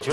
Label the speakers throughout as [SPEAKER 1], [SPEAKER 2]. [SPEAKER 1] 觉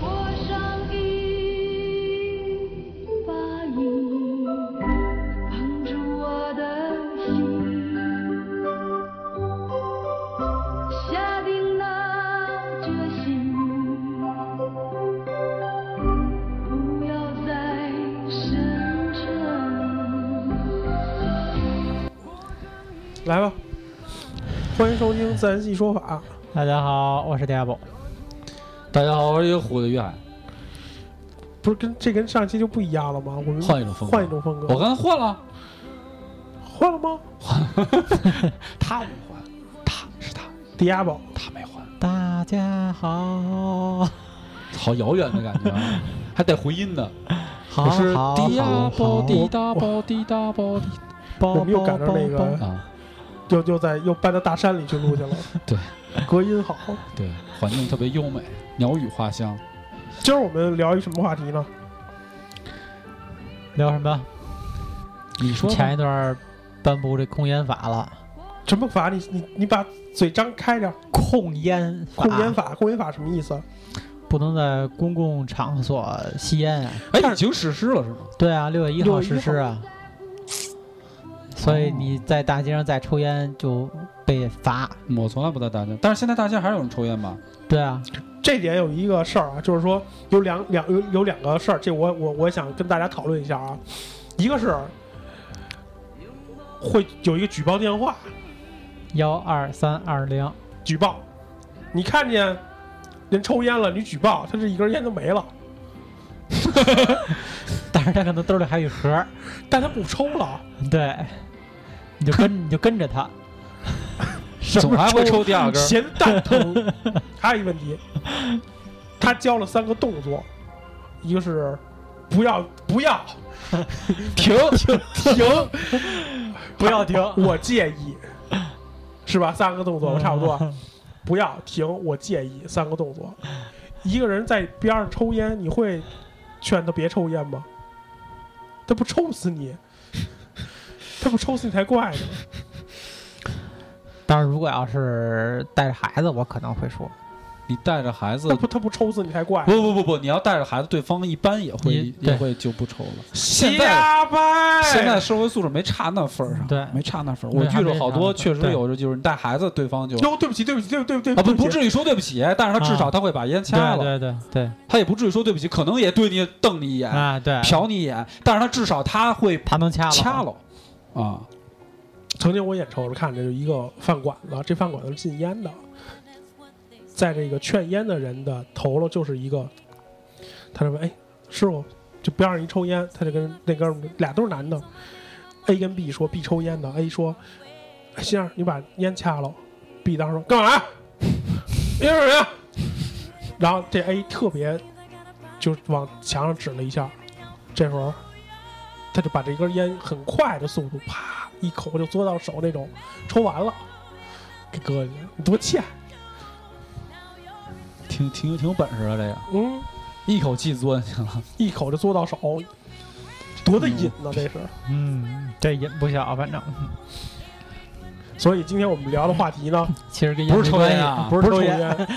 [SPEAKER 2] 我上一把雨，绑住我的心，下定了决心，不要再深沉。
[SPEAKER 3] 来吧，欢迎收听《自然系说法》。
[SPEAKER 4] 大家好，我是 Diablo。
[SPEAKER 5] 大家好，我是一个虎的岳海，
[SPEAKER 3] 不是跟这跟上期就不一样了吗？我们
[SPEAKER 5] 换一种风格，
[SPEAKER 3] 换一种风格，
[SPEAKER 5] 我刚才换了，
[SPEAKER 3] 换了吗？
[SPEAKER 5] 他没换，他是他，
[SPEAKER 3] 迪亚宝，
[SPEAKER 5] 他没换，
[SPEAKER 4] 大家好，
[SPEAKER 5] 好遥远的感 觉啊，还带回音呢。
[SPEAKER 4] 好
[SPEAKER 5] 我是
[SPEAKER 4] 好
[SPEAKER 5] 滴答
[SPEAKER 4] 好
[SPEAKER 5] 包
[SPEAKER 4] 好
[SPEAKER 5] 滴答包滴答包滴
[SPEAKER 4] 包
[SPEAKER 3] 我们又赶上那个
[SPEAKER 4] 包包包
[SPEAKER 5] 啊，
[SPEAKER 3] 又又在又搬到大山里去录去 了。
[SPEAKER 5] 对，
[SPEAKER 3] 隔音好。
[SPEAKER 5] 对，环境特别优美，鸟语花香。
[SPEAKER 3] 今儿我们聊一什么话题呢？
[SPEAKER 4] 聊什么？
[SPEAKER 5] 你说吧
[SPEAKER 4] 前一段颁布这控烟法了，
[SPEAKER 3] 什么法？你你你把嘴张开点。
[SPEAKER 4] 控烟法啊
[SPEAKER 3] 控烟
[SPEAKER 5] 啊
[SPEAKER 3] 法，控烟法什么意思？啊
[SPEAKER 4] 不能在公共场所吸烟啊。
[SPEAKER 5] 哎，已经实施了是吗？
[SPEAKER 4] 对啊，六月一
[SPEAKER 3] 6
[SPEAKER 4] 号
[SPEAKER 3] 月1
[SPEAKER 4] 实施啊。所以你在大街上再抽烟就被罚。
[SPEAKER 5] 我从来不在大街，但是现在大街还有人抽烟吧？
[SPEAKER 4] 对啊，
[SPEAKER 3] 这点有一个事儿啊，就是说有两两有有两个事儿，这我我我想跟大家讨论一下啊。一个是会有一个举报电话，
[SPEAKER 4] 幺二三二零。
[SPEAKER 3] 举报，你看见人抽烟了，你举报，他这一根烟就没了，
[SPEAKER 4] 但是他可能兜里还有一盒，
[SPEAKER 3] 但他不抽了，
[SPEAKER 4] 对，你就跟你就跟着他，
[SPEAKER 5] 总还会抽第二根儿。
[SPEAKER 3] 咸蛋疼。 还有一问题，他教了三个动作，一个是不要不要停停停，
[SPEAKER 4] 不要停
[SPEAKER 3] 我介意，是吧？三个动作差不多，不要停，我介意，三个动作。一个人在边上抽烟，你会劝他别抽烟吗？他不抽死你，他不抽死你才怪 呢。
[SPEAKER 4] 当然，如果要是带着孩子，我可能会说，
[SPEAKER 5] 你带着孩子
[SPEAKER 3] 他，不他不抽死你才怪。
[SPEAKER 5] 不不不不，你要带着孩子，对方一般也会
[SPEAKER 4] 你
[SPEAKER 5] 也
[SPEAKER 4] 对
[SPEAKER 5] 会就不抽了。现在
[SPEAKER 3] 瞎掰！
[SPEAKER 5] 现在社会素质没差那份儿上，
[SPEAKER 4] 对
[SPEAKER 5] 没差那份儿。
[SPEAKER 4] 对
[SPEAKER 5] 我遇着好多
[SPEAKER 4] 还没差那
[SPEAKER 5] 确
[SPEAKER 4] 份儿
[SPEAKER 5] 实有的就是你带孩子，对方就
[SPEAKER 3] 哟，对不起，对不起，对不起嗯对
[SPEAKER 5] 啊
[SPEAKER 3] 不
[SPEAKER 5] 不
[SPEAKER 3] 起，
[SPEAKER 5] 不
[SPEAKER 3] 于。
[SPEAKER 5] 至于说对不起，但是他至少
[SPEAKER 4] 啊
[SPEAKER 5] 他会把烟掐了，
[SPEAKER 4] 对对对
[SPEAKER 5] 他也不至于说对不起，可能也对你瞪你一
[SPEAKER 4] 对
[SPEAKER 5] 眼、
[SPEAKER 4] 啊对，
[SPEAKER 5] 瞟你一眼，但是他至少他会
[SPEAKER 4] 他能掐了，
[SPEAKER 5] 掐了啊。
[SPEAKER 3] 曾经我眼瞅着看着有一个饭馆子，这饭馆子是禁烟的，在这个劝烟的人的头了就是一个，他说：“哎，师傅，就边上一抽烟，他就跟那哥们儿俩都是男的，A 跟 B 说 B 抽烟的，A 说，哎先生你把烟掐了，B 当时说干嘛呀？烟什么呀？然后这 A 特别就往墙上指了一下，这时候他就把这根烟很快的速度，啪一口就嘬到手那种，抽完了，给搁进去，你多欠，
[SPEAKER 5] 挺挺挺有本事啊， 这个
[SPEAKER 3] 嗯，
[SPEAKER 5] 一口气钻进去了。
[SPEAKER 3] 一口就嘬到手，多大瘾呢、这是。
[SPEAKER 4] 嗯，这瘾不小，反正
[SPEAKER 3] 所以今天我们聊的话题呢，
[SPEAKER 4] 其实跟
[SPEAKER 5] 不是
[SPEAKER 4] 没
[SPEAKER 5] 抽
[SPEAKER 4] 关
[SPEAKER 5] 烟
[SPEAKER 4] 系
[SPEAKER 5] 啊
[SPEAKER 4] 不
[SPEAKER 3] 嗯不
[SPEAKER 4] 是
[SPEAKER 3] 抽
[SPEAKER 4] 烟，
[SPEAKER 3] 烟，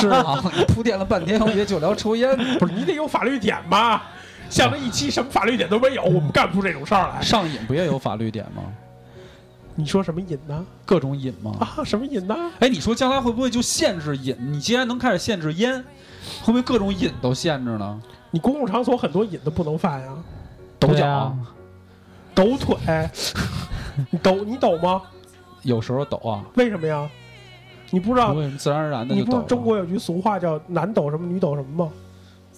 [SPEAKER 5] 是啊，你铺垫了半天，我以为就聊抽烟。
[SPEAKER 3] 不是你得有法律点 吧？像这一期什么法律点都没有，我们干不出这种事儿来。
[SPEAKER 5] 上瘾不也有法律点吗？
[SPEAKER 3] 你说什么瘾呢？
[SPEAKER 5] 各种瘾吗？
[SPEAKER 3] 啊，什么瘾呢？
[SPEAKER 5] 哎，你说将来会不会就限制瘾？你既然能开始限制烟，会不会各种瘾都限制呢？
[SPEAKER 3] 你公共场所很多瘾都不能犯呀、
[SPEAKER 5] 抖
[SPEAKER 4] 对
[SPEAKER 5] 脚、
[SPEAKER 4] 啊
[SPEAKER 3] 抖 腿，你抖你抖吗？
[SPEAKER 5] 有时候抖啊，
[SPEAKER 3] 为什么呀？你不知道
[SPEAKER 5] 不会自然而然的
[SPEAKER 3] 你
[SPEAKER 5] 就
[SPEAKER 3] 不
[SPEAKER 5] 抖啊
[SPEAKER 3] 是
[SPEAKER 5] 了。
[SPEAKER 3] 中国有句俗话叫“男抖什么，女抖什么”吗？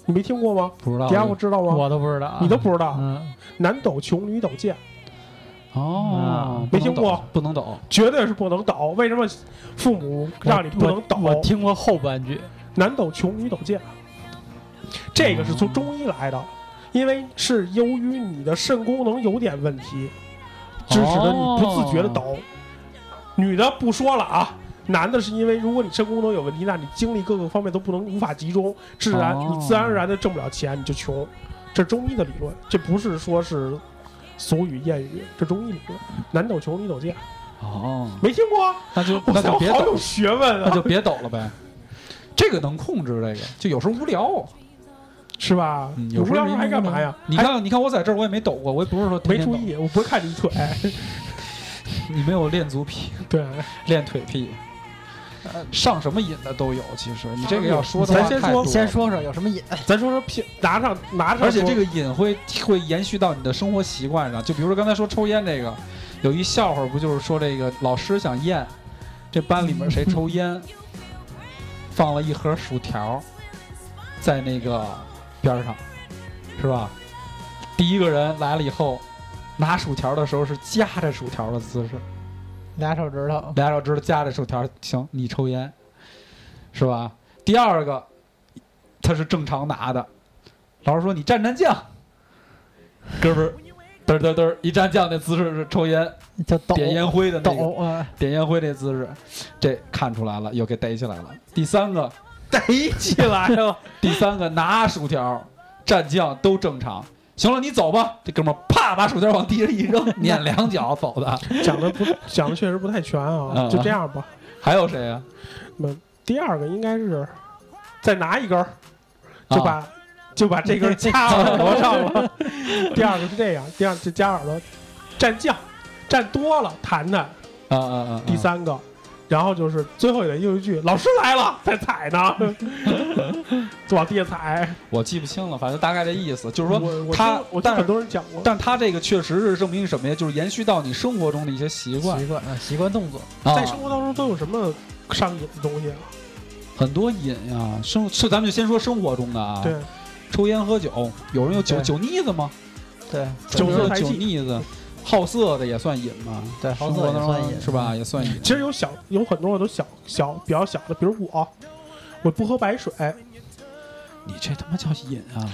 [SPEAKER 3] 你没听过吗？
[SPEAKER 5] 不知道
[SPEAKER 3] 你家伙知道吗？
[SPEAKER 4] 我都不知道啊，
[SPEAKER 3] 你都不知道，
[SPEAKER 4] 嗯，
[SPEAKER 3] 男抖穷，女抖贱，
[SPEAKER 5] 哦，
[SPEAKER 3] 没听过
[SPEAKER 5] 不能抖，
[SPEAKER 3] 绝对是不能抖。为什么父母让你不能抖？
[SPEAKER 4] 我我听过后半句，
[SPEAKER 3] 男抖穷，女抖贱，啊这个是从中医来的，因为是由于你的肾功能有点问题，致使得你不自觉的抖。
[SPEAKER 5] 哦
[SPEAKER 3] 女的不说了啊，男的是因为如果你肾功能有问题，那你精力各个方面都不能无法集中，自然、
[SPEAKER 5] 哦
[SPEAKER 3] 你自然而然的挣不了钱，你就穷。这是中医的理论，这不是说是俗语谚语，这中医理论，男抖穷，女抖贱，
[SPEAKER 5] 哦，
[SPEAKER 3] 没听过？
[SPEAKER 5] 那就
[SPEAKER 3] 我
[SPEAKER 5] 那就
[SPEAKER 3] 操，
[SPEAKER 5] 别
[SPEAKER 3] 好有
[SPEAKER 5] 抖，
[SPEAKER 3] 学问
[SPEAKER 5] 那
[SPEAKER 3] 啊
[SPEAKER 5] 就，别抖了呗。这个能控制，这个就有时候无聊。
[SPEAKER 3] 是吧？
[SPEAKER 5] 嗯
[SPEAKER 3] 你
[SPEAKER 5] 有
[SPEAKER 3] 无
[SPEAKER 5] 时候
[SPEAKER 3] 聊啊还干嘛呀？
[SPEAKER 5] 你哎看，你看我在这儿，我也没抖过，我也不是说天
[SPEAKER 3] 没
[SPEAKER 5] 天抖
[SPEAKER 3] 注，意，我不会看你腿。
[SPEAKER 5] 你没有练足癖，
[SPEAKER 3] 对，
[SPEAKER 5] 练腿癖，呃上什么瘾的都有。其实你这个要说的
[SPEAKER 3] 咱
[SPEAKER 5] 话
[SPEAKER 3] 先
[SPEAKER 5] 太
[SPEAKER 3] 说
[SPEAKER 5] 多
[SPEAKER 4] 先
[SPEAKER 5] 了，
[SPEAKER 4] 说说有什么瘾，
[SPEAKER 3] 咱说说屁，拿上拿上说，
[SPEAKER 5] 而且这个瘾会会延续到你的生活习惯上。就比如说刚才说抽烟这个，有一笑话不就是说这个老师想验这班里面谁抽烟，放了一盒薯条在那个边上，是吧？第一个人来了以后，拿薯条的时候是夹着薯条的姿势。
[SPEAKER 4] 俩手指头，
[SPEAKER 5] 俩手指头夹着薯条，行，你抽烟，是吧？第二个，他是正常拿的，老师说你蘸蘸酱，哥们儿，嘚儿嘚儿嘚儿一蘸酱那姿势是抽烟
[SPEAKER 4] 就抖
[SPEAKER 5] 点烟灰的那个，
[SPEAKER 4] 抖啊，
[SPEAKER 5] 点烟灰那姿势，这看出来了，又给逮起来了。第三个，
[SPEAKER 3] 逮起来了，
[SPEAKER 5] 第三个拿薯条蘸酱都正常。行了，你走吧。这哥们儿啪把薯条往地上一 扔，撵两脚走的。
[SPEAKER 3] 讲的不讲的确实不太全 啊，
[SPEAKER 5] 嗯
[SPEAKER 3] 就这样吧。
[SPEAKER 5] 还有谁啊呀、
[SPEAKER 3] 第二个应该是再拿一根儿，
[SPEAKER 5] 啊？
[SPEAKER 3] 就把就把这根儿 夹耳朵上了。第二个是这样，第二就夹耳朵，蘸酱，蘸多了弹弹。
[SPEAKER 5] 啊啊啊！啊
[SPEAKER 3] 第三个，然后就是最后也又一句，老师来了再踩 呢，往地下踩。
[SPEAKER 5] 我记不清了，反正大概这意思，就是说，
[SPEAKER 3] 我我
[SPEAKER 5] 他
[SPEAKER 3] 听我听
[SPEAKER 5] 但是
[SPEAKER 3] 很多人讲过，
[SPEAKER 5] 但他这个确实是证明什么呀？就是延续到你生活中的一些习惯
[SPEAKER 4] 习惯啊，习惯动作，
[SPEAKER 5] 啊
[SPEAKER 3] 在，生活当中都有什么上瘾的东西啊？
[SPEAKER 5] 很多瘾啊，生是咱们就先说生活中的啊，
[SPEAKER 3] 对，
[SPEAKER 5] 抽烟喝酒，有人有酒
[SPEAKER 4] 对
[SPEAKER 5] 酒腻子吗？
[SPEAKER 4] 对
[SPEAKER 3] 酒
[SPEAKER 5] 有
[SPEAKER 3] 色
[SPEAKER 5] 人
[SPEAKER 3] 财
[SPEAKER 5] 有酒
[SPEAKER 3] 气。
[SPEAKER 5] 腻子，好色的也算瘾吗？
[SPEAKER 4] 对，好
[SPEAKER 5] 生
[SPEAKER 4] 色
[SPEAKER 5] 活
[SPEAKER 4] 也
[SPEAKER 5] 当
[SPEAKER 4] 算
[SPEAKER 5] 中
[SPEAKER 4] 瘾
[SPEAKER 5] 是吧？？也算瘾。
[SPEAKER 3] 其实有小有很多都小小比较小的，比如我，我不喝白水，
[SPEAKER 5] 你这他妈叫瘾啊！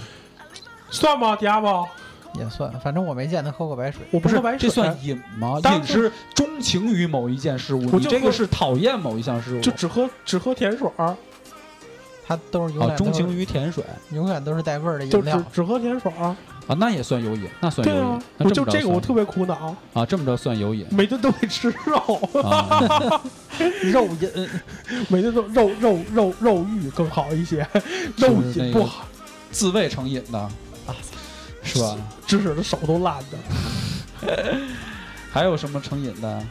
[SPEAKER 3] 算吗，迪亚吗？
[SPEAKER 4] 也算，反正我没见他喝过白水。
[SPEAKER 3] 我不
[SPEAKER 5] 不
[SPEAKER 3] 喝
[SPEAKER 5] 是
[SPEAKER 3] 白，水，
[SPEAKER 5] 这算瘾吗？
[SPEAKER 3] 当
[SPEAKER 5] 瘾是钟情于某一件事物，
[SPEAKER 3] 我
[SPEAKER 5] 你
[SPEAKER 3] 就
[SPEAKER 5] 这个
[SPEAKER 3] 喝
[SPEAKER 5] 是讨厌某一项事物，
[SPEAKER 3] 就只喝只喝甜水儿，
[SPEAKER 4] 他都是永
[SPEAKER 5] 啊，
[SPEAKER 4] 远都
[SPEAKER 5] 钟
[SPEAKER 4] 是
[SPEAKER 5] 情于甜水
[SPEAKER 4] 永远都是带味儿的
[SPEAKER 3] 就
[SPEAKER 4] 饮料
[SPEAKER 3] 只，只喝甜水儿。
[SPEAKER 5] 啊，那也算有瘾，那算有
[SPEAKER 3] 对
[SPEAKER 5] 瘾
[SPEAKER 3] 啊。，
[SPEAKER 5] 那
[SPEAKER 3] 我
[SPEAKER 5] 么
[SPEAKER 3] 就
[SPEAKER 5] 着
[SPEAKER 3] 这个我
[SPEAKER 5] 算
[SPEAKER 3] 特别苦恼，
[SPEAKER 5] 啊，这么着 算有瘾。
[SPEAKER 3] 每顿都得吃肉，
[SPEAKER 5] 啊，
[SPEAKER 4] 肉瘾，
[SPEAKER 3] 每顿都肉肉肉肉欲更好一些，肉
[SPEAKER 5] 就是那
[SPEAKER 3] 瘾
[SPEAKER 5] 个
[SPEAKER 3] 不好，
[SPEAKER 5] 自慰成瘾的，是吧？
[SPEAKER 3] 致使的手都烂的。
[SPEAKER 5] 还有什么成瘾的？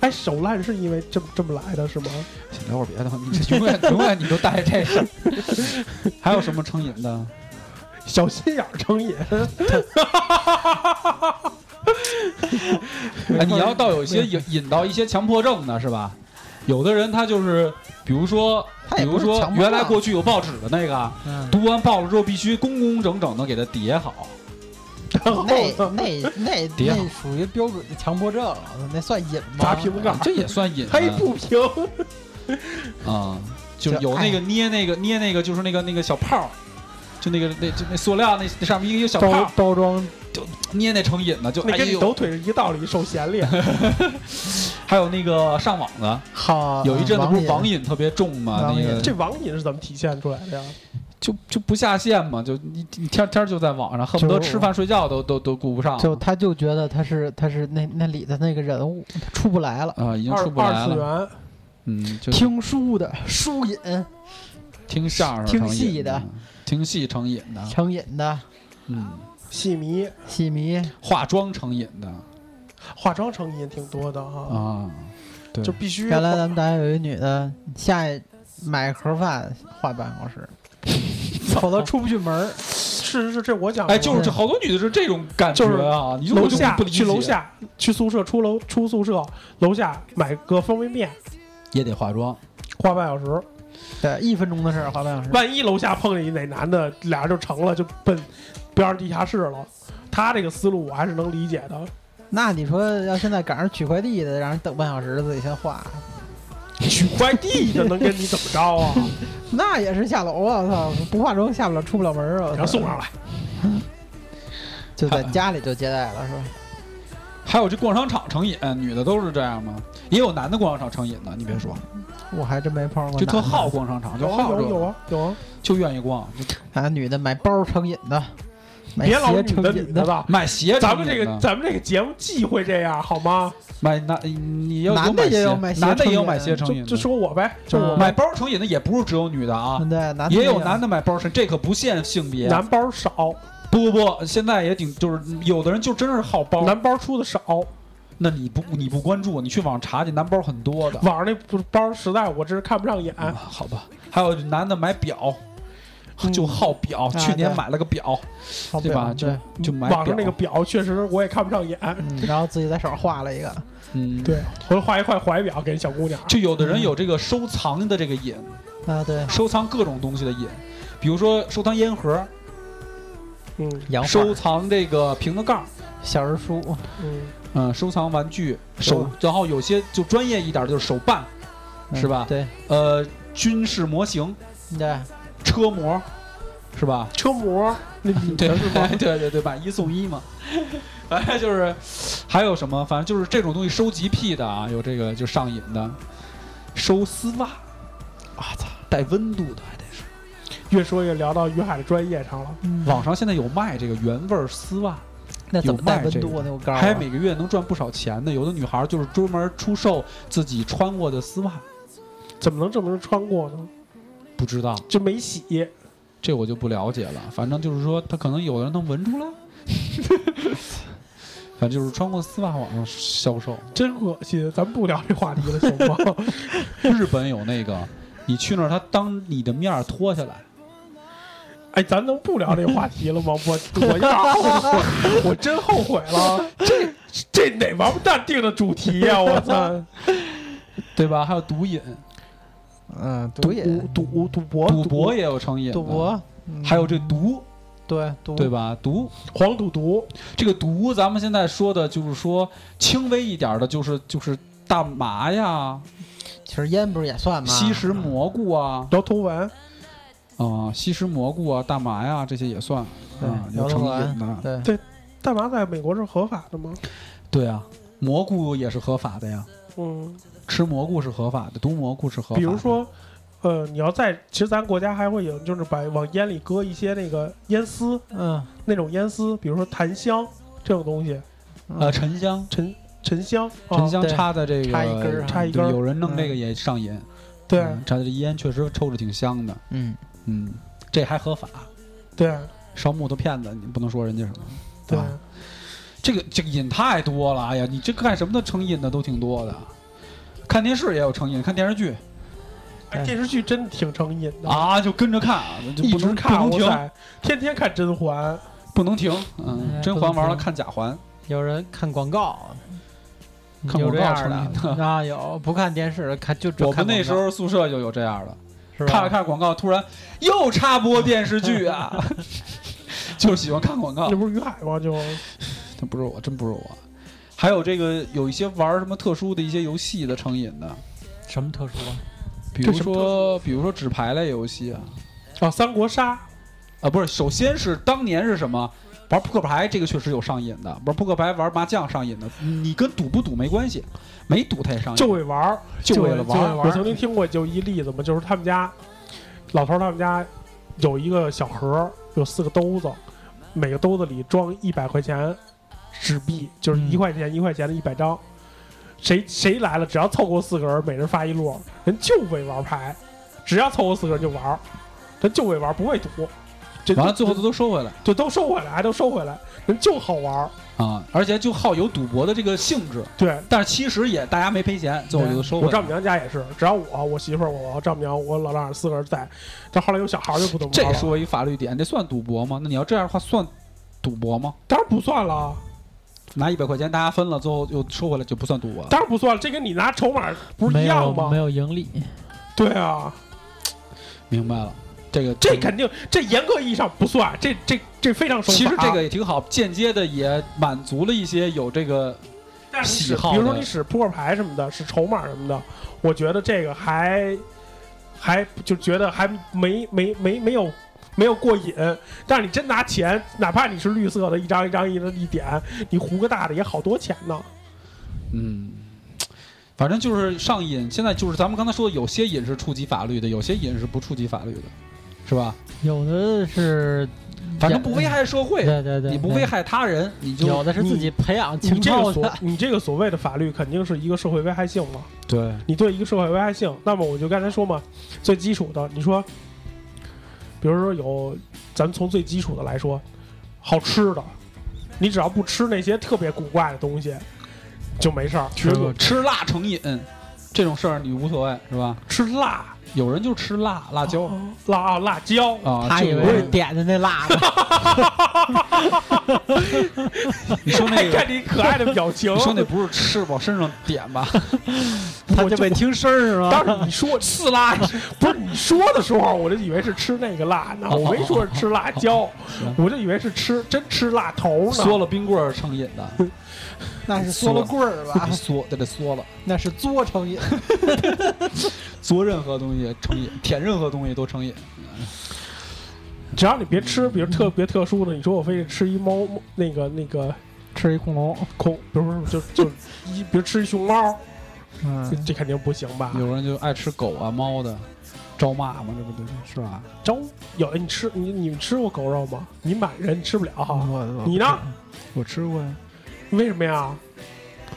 [SPEAKER 3] 哎，手烂是因为这么这么来的是吗？
[SPEAKER 5] 先聊会儿别的吧，你这永远永远你都带着这事儿。 还有什么成瘾的？
[SPEAKER 3] 小心眼儿成瘾，
[SPEAKER 5] 哎，你要到有一些引引到一些强迫症的是吧？有的人他就是，比如说，
[SPEAKER 4] 他
[SPEAKER 5] 比
[SPEAKER 4] 也
[SPEAKER 5] 如
[SPEAKER 4] 不是
[SPEAKER 5] 说
[SPEAKER 4] 强迫
[SPEAKER 5] 原来
[SPEAKER 3] 啊
[SPEAKER 4] 症
[SPEAKER 5] 过去有报纸的那个，
[SPEAKER 4] 嗯，
[SPEAKER 5] 读完报了之后必须工工整整的给它叠好。
[SPEAKER 3] 然后
[SPEAKER 4] 那
[SPEAKER 3] 呢
[SPEAKER 4] 那 那
[SPEAKER 5] 叠好
[SPEAKER 4] 那属于标准的强迫症了，那算瘾吗？
[SPEAKER 3] 砸屏幕盖儿，
[SPEAKER 5] 这也算瘾啊
[SPEAKER 3] 黑不平。
[SPEAKER 5] 啊、就是
[SPEAKER 4] 就
[SPEAKER 5] 有那个捏那个捏那个就是那个那个小泡儿，就那个那就那塑料那那上面一个一个小泡儿
[SPEAKER 4] 包，包装
[SPEAKER 5] 捏那成瘾的，就
[SPEAKER 3] 那
[SPEAKER 5] 哎
[SPEAKER 3] 跟你
[SPEAKER 5] 呦，
[SPEAKER 3] 抖腿是一个道理，手闲练。
[SPEAKER 5] 还有那个上网的，
[SPEAKER 4] 好，
[SPEAKER 5] 有一阵子不是网
[SPEAKER 4] 瘾
[SPEAKER 5] 瘾特别重嘛，
[SPEAKER 4] 网
[SPEAKER 5] 那
[SPEAKER 4] 瘾
[SPEAKER 5] 个
[SPEAKER 3] 这啊网瘾是怎么体现出来的呀？
[SPEAKER 5] 就就不下线嘛，就你你天天就在网上，恨不得
[SPEAKER 4] 就
[SPEAKER 5] 吃饭睡觉都都都顾不上，
[SPEAKER 4] 就他就觉得他是他是那那里的那个人物，他出不来了。
[SPEAKER 5] 啊已经
[SPEAKER 3] 二
[SPEAKER 5] 出不
[SPEAKER 3] 二
[SPEAKER 5] 来
[SPEAKER 3] 次
[SPEAKER 5] 了，
[SPEAKER 3] 元，
[SPEAKER 5] 嗯，就
[SPEAKER 4] 听书的书瘾，
[SPEAKER 5] 听相声
[SPEAKER 4] 听
[SPEAKER 5] 成瘾
[SPEAKER 4] 戏的，
[SPEAKER 5] 听戏成瘾的，
[SPEAKER 4] 成瘾的
[SPEAKER 5] 嗯，
[SPEAKER 3] 戏迷，
[SPEAKER 4] 戏迷，
[SPEAKER 5] 化妆成瘾的，
[SPEAKER 3] 化妆成瘾挺多的哈、
[SPEAKER 5] 啊，对
[SPEAKER 3] 就必须
[SPEAKER 4] 原来咱们大学有一女的，下一买盒饭画办公室，否则出不去门儿。
[SPEAKER 3] 是是是，这我讲过，
[SPEAKER 5] 哎，就是这好多女的是这种感觉啊，你就
[SPEAKER 3] 楼
[SPEAKER 5] 我就
[SPEAKER 3] 下
[SPEAKER 5] 不理解
[SPEAKER 3] 去楼下去宿舍出楼出宿舍楼下买个方便面，
[SPEAKER 5] 也得化妆，
[SPEAKER 3] 花半小时，
[SPEAKER 5] 嗯
[SPEAKER 4] 对，一分钟的事儿，画办公室。
[SPEAKER 3] 万一楼下碰见一哪男的，俩人就成了，就奔边上地下室了。他这个思路我还是能理解 的，
[SPEAKER 4] 那你说要现在赶上取快递的，让人等半小时自己先画，
[SPEAKER 3] 取快递的能跟你怎么着 啊？
[SPEAKER 4] 那也是下楼啊！我操，不化妆下不了，出不了门儿啊！
[SPEAKER 3] 然
[SPEAKER 4] 我操
[SPEAKER 3] 后送上来，
[SPEAKER 4] 就在家里就接待了，是吧？
[SPEAKER 5] 还有这逛商场成瘾，女的都是这样吗？也有男的逛商场成瘾的，你别说，
[SPEAKER 4] 我还真没碰过男的，
[SPEAKER 5] 就特好逛商场，就
[SPEAKER 3] 有
[SPEAKER 5] 好
[SPEAKER 3] 有有
[SPEAKER 5] 这，
[SPEAKER 3] 啊有啊，
[SPEAKER 5] 就愿意逛，
[SPEAKER 4] 啊，女的买包成瘾的，买
[SPEAKER 3] 别老
[SPEAKER 4] 鞋
[SPEAKER 3] 女的
[SPEAKER 4] 成
[SPEAKER 3] 女
[SPEAKER 4] 瘾
[SPEAKER 3] 的，吧。
[SPEAKER 5] 买鞋成
[SPEAKER 3] 咱
[SPEAKER 5] 瘾的。嗯
[SPEAKER 3] 们这个咱们这个节目忌讳这样好吗？
[SPEAKER 5] 买男，你要有
[SPEAKER 4] 男的也有买鞋
[SPEAKER 5] 男的也有
[SPEAKER 4] 成瘾
[SPEAKER 5] 买鞋成瘾
[SPEAKER 3] 就
[SPEAKER 5] 的，
[SPEAKER 3] 就说我呗，就我呗。
[SPEAKER 4] 嗯
[SPEAKER 5] 买包成瘾的也不是只有女的啊，
[SPEAKER 4] 对，男的
[SPEAKER 5] 也有男
[SPEAKER 4] 的，
[SPEAKER 5] 的买包成，这可不限性别。
[SPEAKER 3] 男包少，
[SPEAKER 5] 不不不，现在也挺，就是有的人就真是好包。
[SPEAKER 3] 男包出的少，
[SPEAKER 5] 那你不你不关注，你去网上查去，男包很多的。
[SPEAKER 3] 网上那不包实在我真是看不上眼。
[SPEAKER 5] 啊，好吧，还有男的买表，
[SPEAKER 3] 嗯
[SPEAKER 5] 就好表，
[SPEAKER 4] 啊
[SPEAKER 5] 去年
[SPEAKER 4] 对
[SPEAKER 5] 买了个表，
[SPEAKER 4] 好
[SPEAKER 5] 对
[SPEAKER 4] 表
[SPEAKER 5] 吧？就
[SPEAKER 4] 对，
[SPEAKER 5] 就买
[SPEAKER 3] 网上那个
[SPEAKER 5] 表，
[SPEAKER 3] 表确实我也看不上眼，
[SPEAKER 4] 嗯，然后自己在手上画了一个，
[SPEAKER 5] 嗯，
[SPEAKER 3] 对，回头画一块怀表给小姑娘。
[SPEAKER 5] 就有的人有这个收藏的这个瘾，
[SPEAKER 4] 啊，对，
[SPEAKER 5] 收藏各种东西的瘾，比如说收藏烟盒，
[SPEAKER 3] 嗯
[SPEAKER 4] 洋画
[SPEAKER 5] 收藏这个瓶子盖儿，
[SPEAKER 4] 小人书，
[SPEAKER 3] 嗯，
[SPEAKER 5] 嗯，收藏玩具手
[SPEAKER 4] 嗯，
[SPEAKER 5] 然后有些就专业一点儿就是手办，
[SPEAKER 4] 嗯
[SPEAKER 5] 是吧
[SPEAKER 4] 对
[SPEAKER 5] 呃，军事模型、
[SPEAKER 4] 对，
[SPEAKER 5] 车模，是吧？
[SPEAKER 3] 车 模那女
[SPEAKER 5] 对
[SPEAKER 3] 的是吧？
[SPEAKER 5] 对对对，买一送一嘛。 反正就是还有什么，反正就是这种东西收集癖的啊，有这个就上瘾的，收丝袜，啊操，带温度的还得是。
[SPEAKER 3] 越说越聊到于海的专业上了。
[SPEAKER 5] 网上现在有卖这个原味儿丝袜，
[SPEAKER 4] 那怎么
[SPEAKER 5] 有卖
[SPEAKER 4] 带温
[SPEAKER 5] 这
[SPEAKER 4] 度
[SPEAKER 5] 个
[SPEAKER 4] 啊？那我告诉
[SPEAKER 5] 还每个月能赚不少钱的。有的女孩就是专门出售自己穿过的丝袜，
[SPEAKER 3] 怎么能证明穿过呢？
[SPEAKER 5] 不知道
[SPEAKER 3] 就没洗，
[SPEAKER 5] 这我就不了解了。反正就是说，她可能有的人能闻出来。 反正就是穿过丝袜网上销售，
[SPEAKER 3] 真恶心。咱不聊这话题了，行吗？
[SPEAKER 5] 日本有那个，你去那儿，他当你的面儿脱下来，
[SPEAKER 3] 哎，咱能不聊这话题了吗？我我有点后悔，我真后悔了。这这哪王八蛋定的主题呀、我操！
[SPEAKER 5] 对吧？还有毒瘾，
[SPEAKER 4] 嗯，
[SPEAKER 3] 赌
[SPEAKER 4] 赌瘾，
[SPEAKER 3] 赌赌博
[SPEAKER 5] 赌博也有成瘾的，
[SPEAKER 4] 赌博，嗯
[SPEAKER 5] 还有这毒，
[SPEAKER 4] 对赌
[SPEAKER 5] 对吧？毒
[SPEAKER 3] 黄赌毒，
[SPEAKER 5] 这个毒，咱们现在说的就是说轻微一点儿的，就是就是大麻呀、
[SPEAKER 4] 其实烟不是也算吗？
[SPEAKER 5] 吸食蘑菇啊、
[SPEAKER 3] 摇头丸，
[SPEAKER 5] 啊、吸食蘑菇啊、大麻呀这些也算
[SPEAKER 4] 对
[SPEAKER 5] 啊，有
[SPEAKER 4] 摇
[SPEAKER 5] 成
[SPEAKER 4] 头丸
[SPEAKER 5] 瘾的。
[SPEAKER 4] 嗯对，
[SPEAKER 3] 大麻在美国是合法的吗？
[SPEAKER 5] 对啊，蘑菇也是合法的呀，
[SPEAKER 3] 嗯，
[SPEAKER 5] 吃蘑菇是合法的，毒蘑菇是合法的。
[SPEAKER 3] 比如说，呃，你要在，其实咱国家还会有，就是把往烟里搁一些那个烟丝，
[SPEAKER 4] 嗯，
[SPEAKER 3] 那种烟丝，比如说檀香这种东西，
[SPEAKER 5] 呃，沉香，
[SPEAKER 3] 沉沉香，啊
[SPEAKER 5] 沉香
[SPEAKER 4] 对
[SPEAKER 5] 插在这个
[SPEAKER 4] 插一根儿啊
[SPEAKER 3] 插一
[SPEAKER 5] 对
[SPEAKER 3] 根儿
[SPEAKER 5] 有人弄这个也上瘾。
[SPEAKER 3] 对
[SPEAKER 5] 嗯插这烟确实抽着挺香的。
[SPEAKER 4] 嗯，
[SPEAKER 5] 嗯，这还合法，
[SPEAKER 3] 对
[SPEAKER 5] 嗯烧木头片子，你不能说人家什么。
[SPEAKER 3] 对
[SPEAKER 5] 吧，这个这个瘾太多了，哎呀，你这干什么的成瘾的都挺多的。看电视也有成瘾，看电视剧
[SPEAKER 3] 哎，电视剧真的挺成瘾的，
[SPEAKER 5] 啊，就跟着看，就
[SPEAKER 3] 一
[SPEAKER 5] 不
[SPEAKER 3] 直
[SPEAKER 5] 能
[SPEAKER 3] 看，
[SPEAKER 5] 不能
[SPEAKER 3] 我
[SPEAKER 5] 停，
[SPEAKER 3] 在天天看《甄嬛》，
[SPEAKER 5] 不能停。
[SPEAKER 4] 哎
[SPEAKER 5] 嗯，甄
[SPEAKER 4] 不
[SPEAKER 5] 嬛
[SPEAKER 4] 能
[SPEAKER 5] 完了
[SPEAKER 4] 停
[SPEAKER 5] 看假环，
[SPEAKER 4] 有人看广告，
[SPEAKER 5] 看
[SPEAKER 4] 有
[SPEAKER 5] 广
[SPEAKER 4] 这
[SPEAKER 5] 告
[SPEAKER 4] 样
[SPEAKER 5] 成瘾的。
[SPEAKER 4] 的 啊，有不看电视看就只
[SPEAKER 5] 我
[SPEAKER 4] 看
[SPEAKER 5] 们那
[SPEAKER 4] 广
[SPEAKER 5] 时候宿舍就有这样的，
[SPEAKER 4] 告是吧？
[SPEAKER 5] 看着看着广告，突然又插播电视剧啊，就是喜欢看广告
[SPEAKER 3] 那。不是于海吗？就
[SPEAKER 5] 那不是我，真不是我。还有这个有一些玩什么特殊的一些游戏的成瘾的，
[SPEAKER 4] 什么特殊啊？
[SPEAKER 5] 比
[SPEAKER 3] 这
[SPEAKER 5] 如
[SPEAKER 3] 什么
[SPEAKER 5] 说比如说纸牌类游戏啊，
[SPEAKER 3] 啊，三国杀，
[SPEAKER 5] 啊不是，首先是当年是什么？玩扑克牌这个确实有上瘾的，玩扑克牌、玩麻将上瘾的，你跟赌不赌没关系，没赌他也上瘾，
[SPEAKER 3] 就会玩儿，
[SPEAKER 5] 就为
[SPEAKER 3] 为
[SPEAKER 5] 了
[SPEAKER 3] 就
[SPEAKER 5] 玩儿
[SPEAKER 3] 会我曾经听过就一例子嘛，就是他们家老头儿他们家有一个小盒儿，有四个兜子，每个兜子里装一百块钱纸币，就是
[SPEAKER 4] 嗯
[SPEAKER 3] 一块钱一块钱的一百张。谁谁来了，只要凑够四个人，每人发一摞，人就会玩牌，只要凑够四个人就玩儿，人就会玩，不会赌。这
[SPEAKER 5] 完了最后都都收回来
[SPEAKER 3] 就都收回来，都收回来，人就好玩儿。
[SPEAKER 5] 啊，而且就好有赌博的这个性质，
[SPEAKER 3] 对，
[SPEAKER 5] 但是其实也大家没赔钱，最后就都收回
[SPEAKER 3] 我
[SPEAKER 5] 来
[SPEAKER 3] 丈
[SPEAKER 5] 了。
[SPEAKER 3] 母娘家也是，只要我、我媳妇儿、我丈母娘、我老丈人四个人在，但后来有小孩儿就不怎么玩
[SPEAKER 5] 这
[SPEAKER 3] 了。
[SPEAKER 5] 说一法律点，这算赌博吗？那你要这样的话，算赌博吗？
[SPEAKER 3] 当然不算了，
[SPEAKER 5] 拿一百块钱大家分了，最后又收回来就不算赌博了。
[SPEAKER 3] 当然不算了，这跟你拿筹码不是
[SPEAKER 4] 没
[SPEAKER 3] 一样
[SPEAKER 4] 有
[SPEAKER 3] 吗
[SPEAKER 4] 没？有盈利，
[SPEAKER 3] 对啊，
[SPEAKER 5] 明白了，这个
[SPEAKER 3] 这肯定，这严格意义上不算，这这这非常守法
[SPEAKER 5] 其实这个也挺好，间接的也满足了一些有这个
[SPEAKER 3] 但是你
[SPEAKER 5] 喜
[SPEAKER 3] 使
[SPEAKER 5] 好
[SPEAKER 3] 比如说
[SPEAKER 5] 的
[SPEAKER 3] 你使扑克牌什么的，使筹码什么的，我觉得这个还还就觉得还没没没没有没有过瘾。但是你真拿钱，哪怕你是绿色的，一张一张一一点，你胡个大的也好多钱呢。
[SPEAKER 5] 嗯，反正就是上瘾。现在就是咱们刚才说的，有些瘾是触及法律的，有些瘾是不触及法律的，是吧？
[SPEAKER 4] 有的是，
[SPEAKER 5] 反正不危害社会，
[SPEAKER 4] 对对对，
[SPEAKER 5] 你不
[SPEAKER 4] 对
[SPEAKER 5] 危害他人，你就嗯
[SPEAKER 4] 有的是
[SPEAKER 3] 你
[SPEAKER 4] 自己培养
[SPEAKER 3] 你
[SPEAKER 4] 情
[SPEAKER 3] 这个
[SPEAKER 4] 操
[SPEAKER 3] 所
[SPEAKER 5] 啊
[SPEAKER 4] 的，
[SPEAKER 3] 你这个所谓的法律，肯定是一个社会危害性了。
[SPEAKER 5] 对
[SPEAKER 3] 你对一个社会危害性，那么我就刚才说嘛，最基础的，你说，比如说有，咱们从最基础的来说，好吃的，你只要不吃那些特别古怪的东西，就没事儿。比如说
[SPEAKER 5] 吃辣成瘾这种事儿你无所谓是吧？
[SPEAKER 3] 吃辣
[SPEAKER 5] 有人就吃辣辣椒
[SPEAKER 3] 哦辣哦辣椒，
[SPEAKER 5] 啊，
[SPEAKER 4] 他
[SPEAKER 5] 就
[SPEAKER 4] 以为
[SPEAKER 5] 有
[SPEAKER 4] 是
[SPEAKER 5] 人
[SPEAKER 4] 点的那辣 的，
[SPEAKER 5] 你说那
[SPEAKER 3] 还
[SPEAKER 5] 个
[SPEAKER 3] 看你可爱的表 情
[SPEAKER 5] 你，说那不是吃往身上点吧？
[SPEAKER 4] 他
[SPEAKER 3] 我
[SPEAKER 4] 就
[SPEAKER 3] 就
[SPEAKER 4] 为 听声儿是吧
[SPEAKER 3] 当？时你说刺辣，不是你说的时候，我就以为是吃那个辣呢，我没说是吃辣
[SPEAKER 5] 哦
[SPEAKER 3] 椒，我就以为是吃真吃辣头呢。
[SPEAKER 5] 缩了冰棍儿成瘾的，
[SPEAKER 4] 那是缩了棍儿吧
[SPEAKER 5] 你？缩这得缩了，
[SPEAKER 4] 那是作成瘾。
[SPEAKER 5] 做任何东西成瘾，舔任何东西都成瘾。
[SPEAKER 3] 只要你别吃，比如特别特殊的，你说我非得吃一猫那个那个
[SPEAKER 4] 吃一恐龙，
[SPEAKER 3] 恐，比如说就就一，比如吃一熊猫，这
[SPEAKER 4] 嗯，
[SPEAKER 3] 这肯定不行吧？
[SPEAKER 5] 有人就爱吃狗啊、猫的，招骂嘛，这不对是吧？
[SPEAKER 3] 招有哎你吃你你吃过狗肉吗？你满人你吃不了哈，
[SPEAKER 4] 哦
[SPEAKER 5] 嗯
[SPEAKER 4] 我
[SPEAKER 3] 你呢？
[SPEAKER 5] 我吃过呀，
[SPEAKER 3] 为什么呀？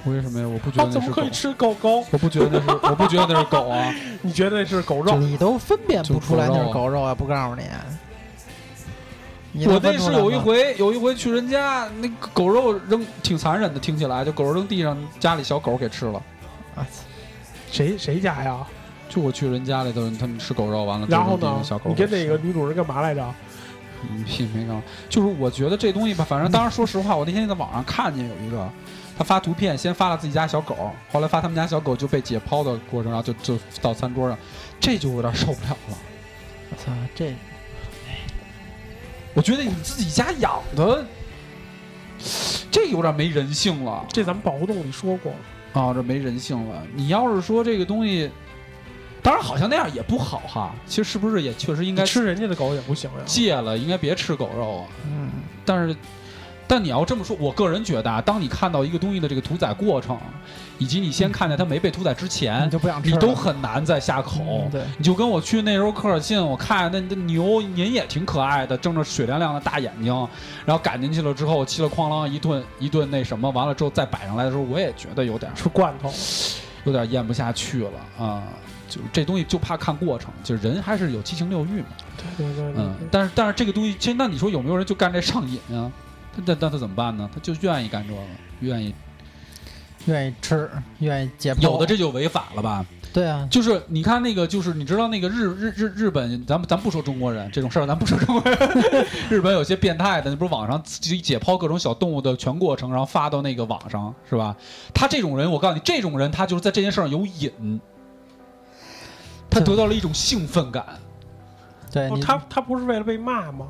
[SPEAKER 5] 为什么呀？我不觉
[SPEAKER 3] 啊，
[SPEAKER 5] 得
[SPEAKER 3] 怎
[SPEAKER 5] 那
[SPEAKER 3] 么
[SPEAKER 5] 是
[SPEAKER 3] 可
[SPEAKER 5] 狗
[SPEAKER 3] 以，吃狗狗？
[SPEAKER 5] 我不觉得那是，我不觉得那是狗啊。
[SPEAKER 3] 你觉得那是狗
[SPEAKER 4] 就
[SPEAKER 3] 肉？
[SPEAKER 4] 你都分辨不出来那是狗肉啊！不告诉你， 你
[SPEAKER 5] 我
[SPEAKER 4] 能
[SPEAKER 5] 那
[SPEAKER 4] 分出
[SPEAKER 5] 是
[SPEAKER 4] 来吗
[SPEAKER 5] 有一，回，有一回去人家那个狗肉扔，挺残忍的，听起来就狗肉扔地上，家里小狗给吃了。
[SPEAKER 4] 啊
[SPEAKER 3] 谁谁家呀？
[SPEAKER 5] 就我去人家里头，他们吃狗肉完了，
[SPEAKER 3] 然后
[SPEAKER 5] 啊就扔地
[SPEAKER 3] 呢
[SPEAKER 5] 上小？狗
[SPEAKER 3] 你
[SPEAKER 5] 给
[SPEAKER 3] 跟
[SPEAKER 5] 吃
[SPEAKER 3] 那个女主人干嘛来着？
[SPEAKER 5] 嗯，也没搞，就是我觉得这东西吧，反正当时说实话，我那天在网上看见有一个，他发图片，先发了自己家小狗，后来发他们家小狗就被解剖的过程，然后就就到餐桌上，这就有点受不了了。
[SPEAKER 4] 我操，这
[SPEAKER 5] 我觉得你自己家养的， 这有点没人性了
[SPEAKER 3] 这咱们保护动物里说过，
[SPEAKER 5] 啊，这没人性了。你要是说这个东西，当然好像那样也不好哈，其实是不是也确实应
[SPEAKER 3] 应
[SPEAKER 5] 该
[SPEAKER 3] 吃人家的狗也不行呀。
[SPEAKER 5] 戒了，应该别吃狗肉啊。
[SPEAKER 4] 嗯，
[SPEAKER 5] 但是，但你要这么说，我个人觉得啊，当你看到一个东西的这个屠宰过程，以及你先看见它没被屠宰之
[SPEAKER 4] 你
[SPEAKER 5] 前，
[SPEAKER 4] 就不想吃
[SPEAKER 5] 你
[SPEAKER 4] 了，
[SPEAKER 5] 都很难再下口。
[SPEAKER 4] 嗯对，
[SPEAKER 5] 你就跟我去那时候科尔沁，我看那那牛您也挺可爱的，睁着水亮亮的大眼睛，然后赶进去了之后，嘁了哐啷一顿一顿那什么，完了之后再摆上来的时候，我也觉得有点
[SPEAKER 3] 吃罐头，
[SPEAKER 5] 有点咽不下去了啊、就是这东西就怕看过程，就是人还是有七情六欲嘛。
[SPEAKER 3] 对对对对
[SPEAKER 5] 嗯，但是但是这个东西，其实那你说有没有人就干这上瘾啊？他那那他怎么办呢？他就愿意干这个，愿意
[SPEAKER 4] 愿意吃，愿意解剖。
[SPEAKER 5] 有的这就违法了吧？
[SPEAKER 4] 对啊，
[SPEAKER 5] 就是你看那个，就是你知道那个日日日日本，咱们咱不说中国人这种事儿，咱不说中国人，日本有些变态的，那不是网上自己解剖各种小动物的全过程，然后发到那个网上是吧？他这种人，我告诉你，这种人他就是在这件事上有瘾，他得到了一种兴奋感，嗯
[SPEAKER 4] 对
[SPEAKER 3] 哦
[SPEAKER 4] 你
[SPEAKER 3] 他他不是为了被骂吗？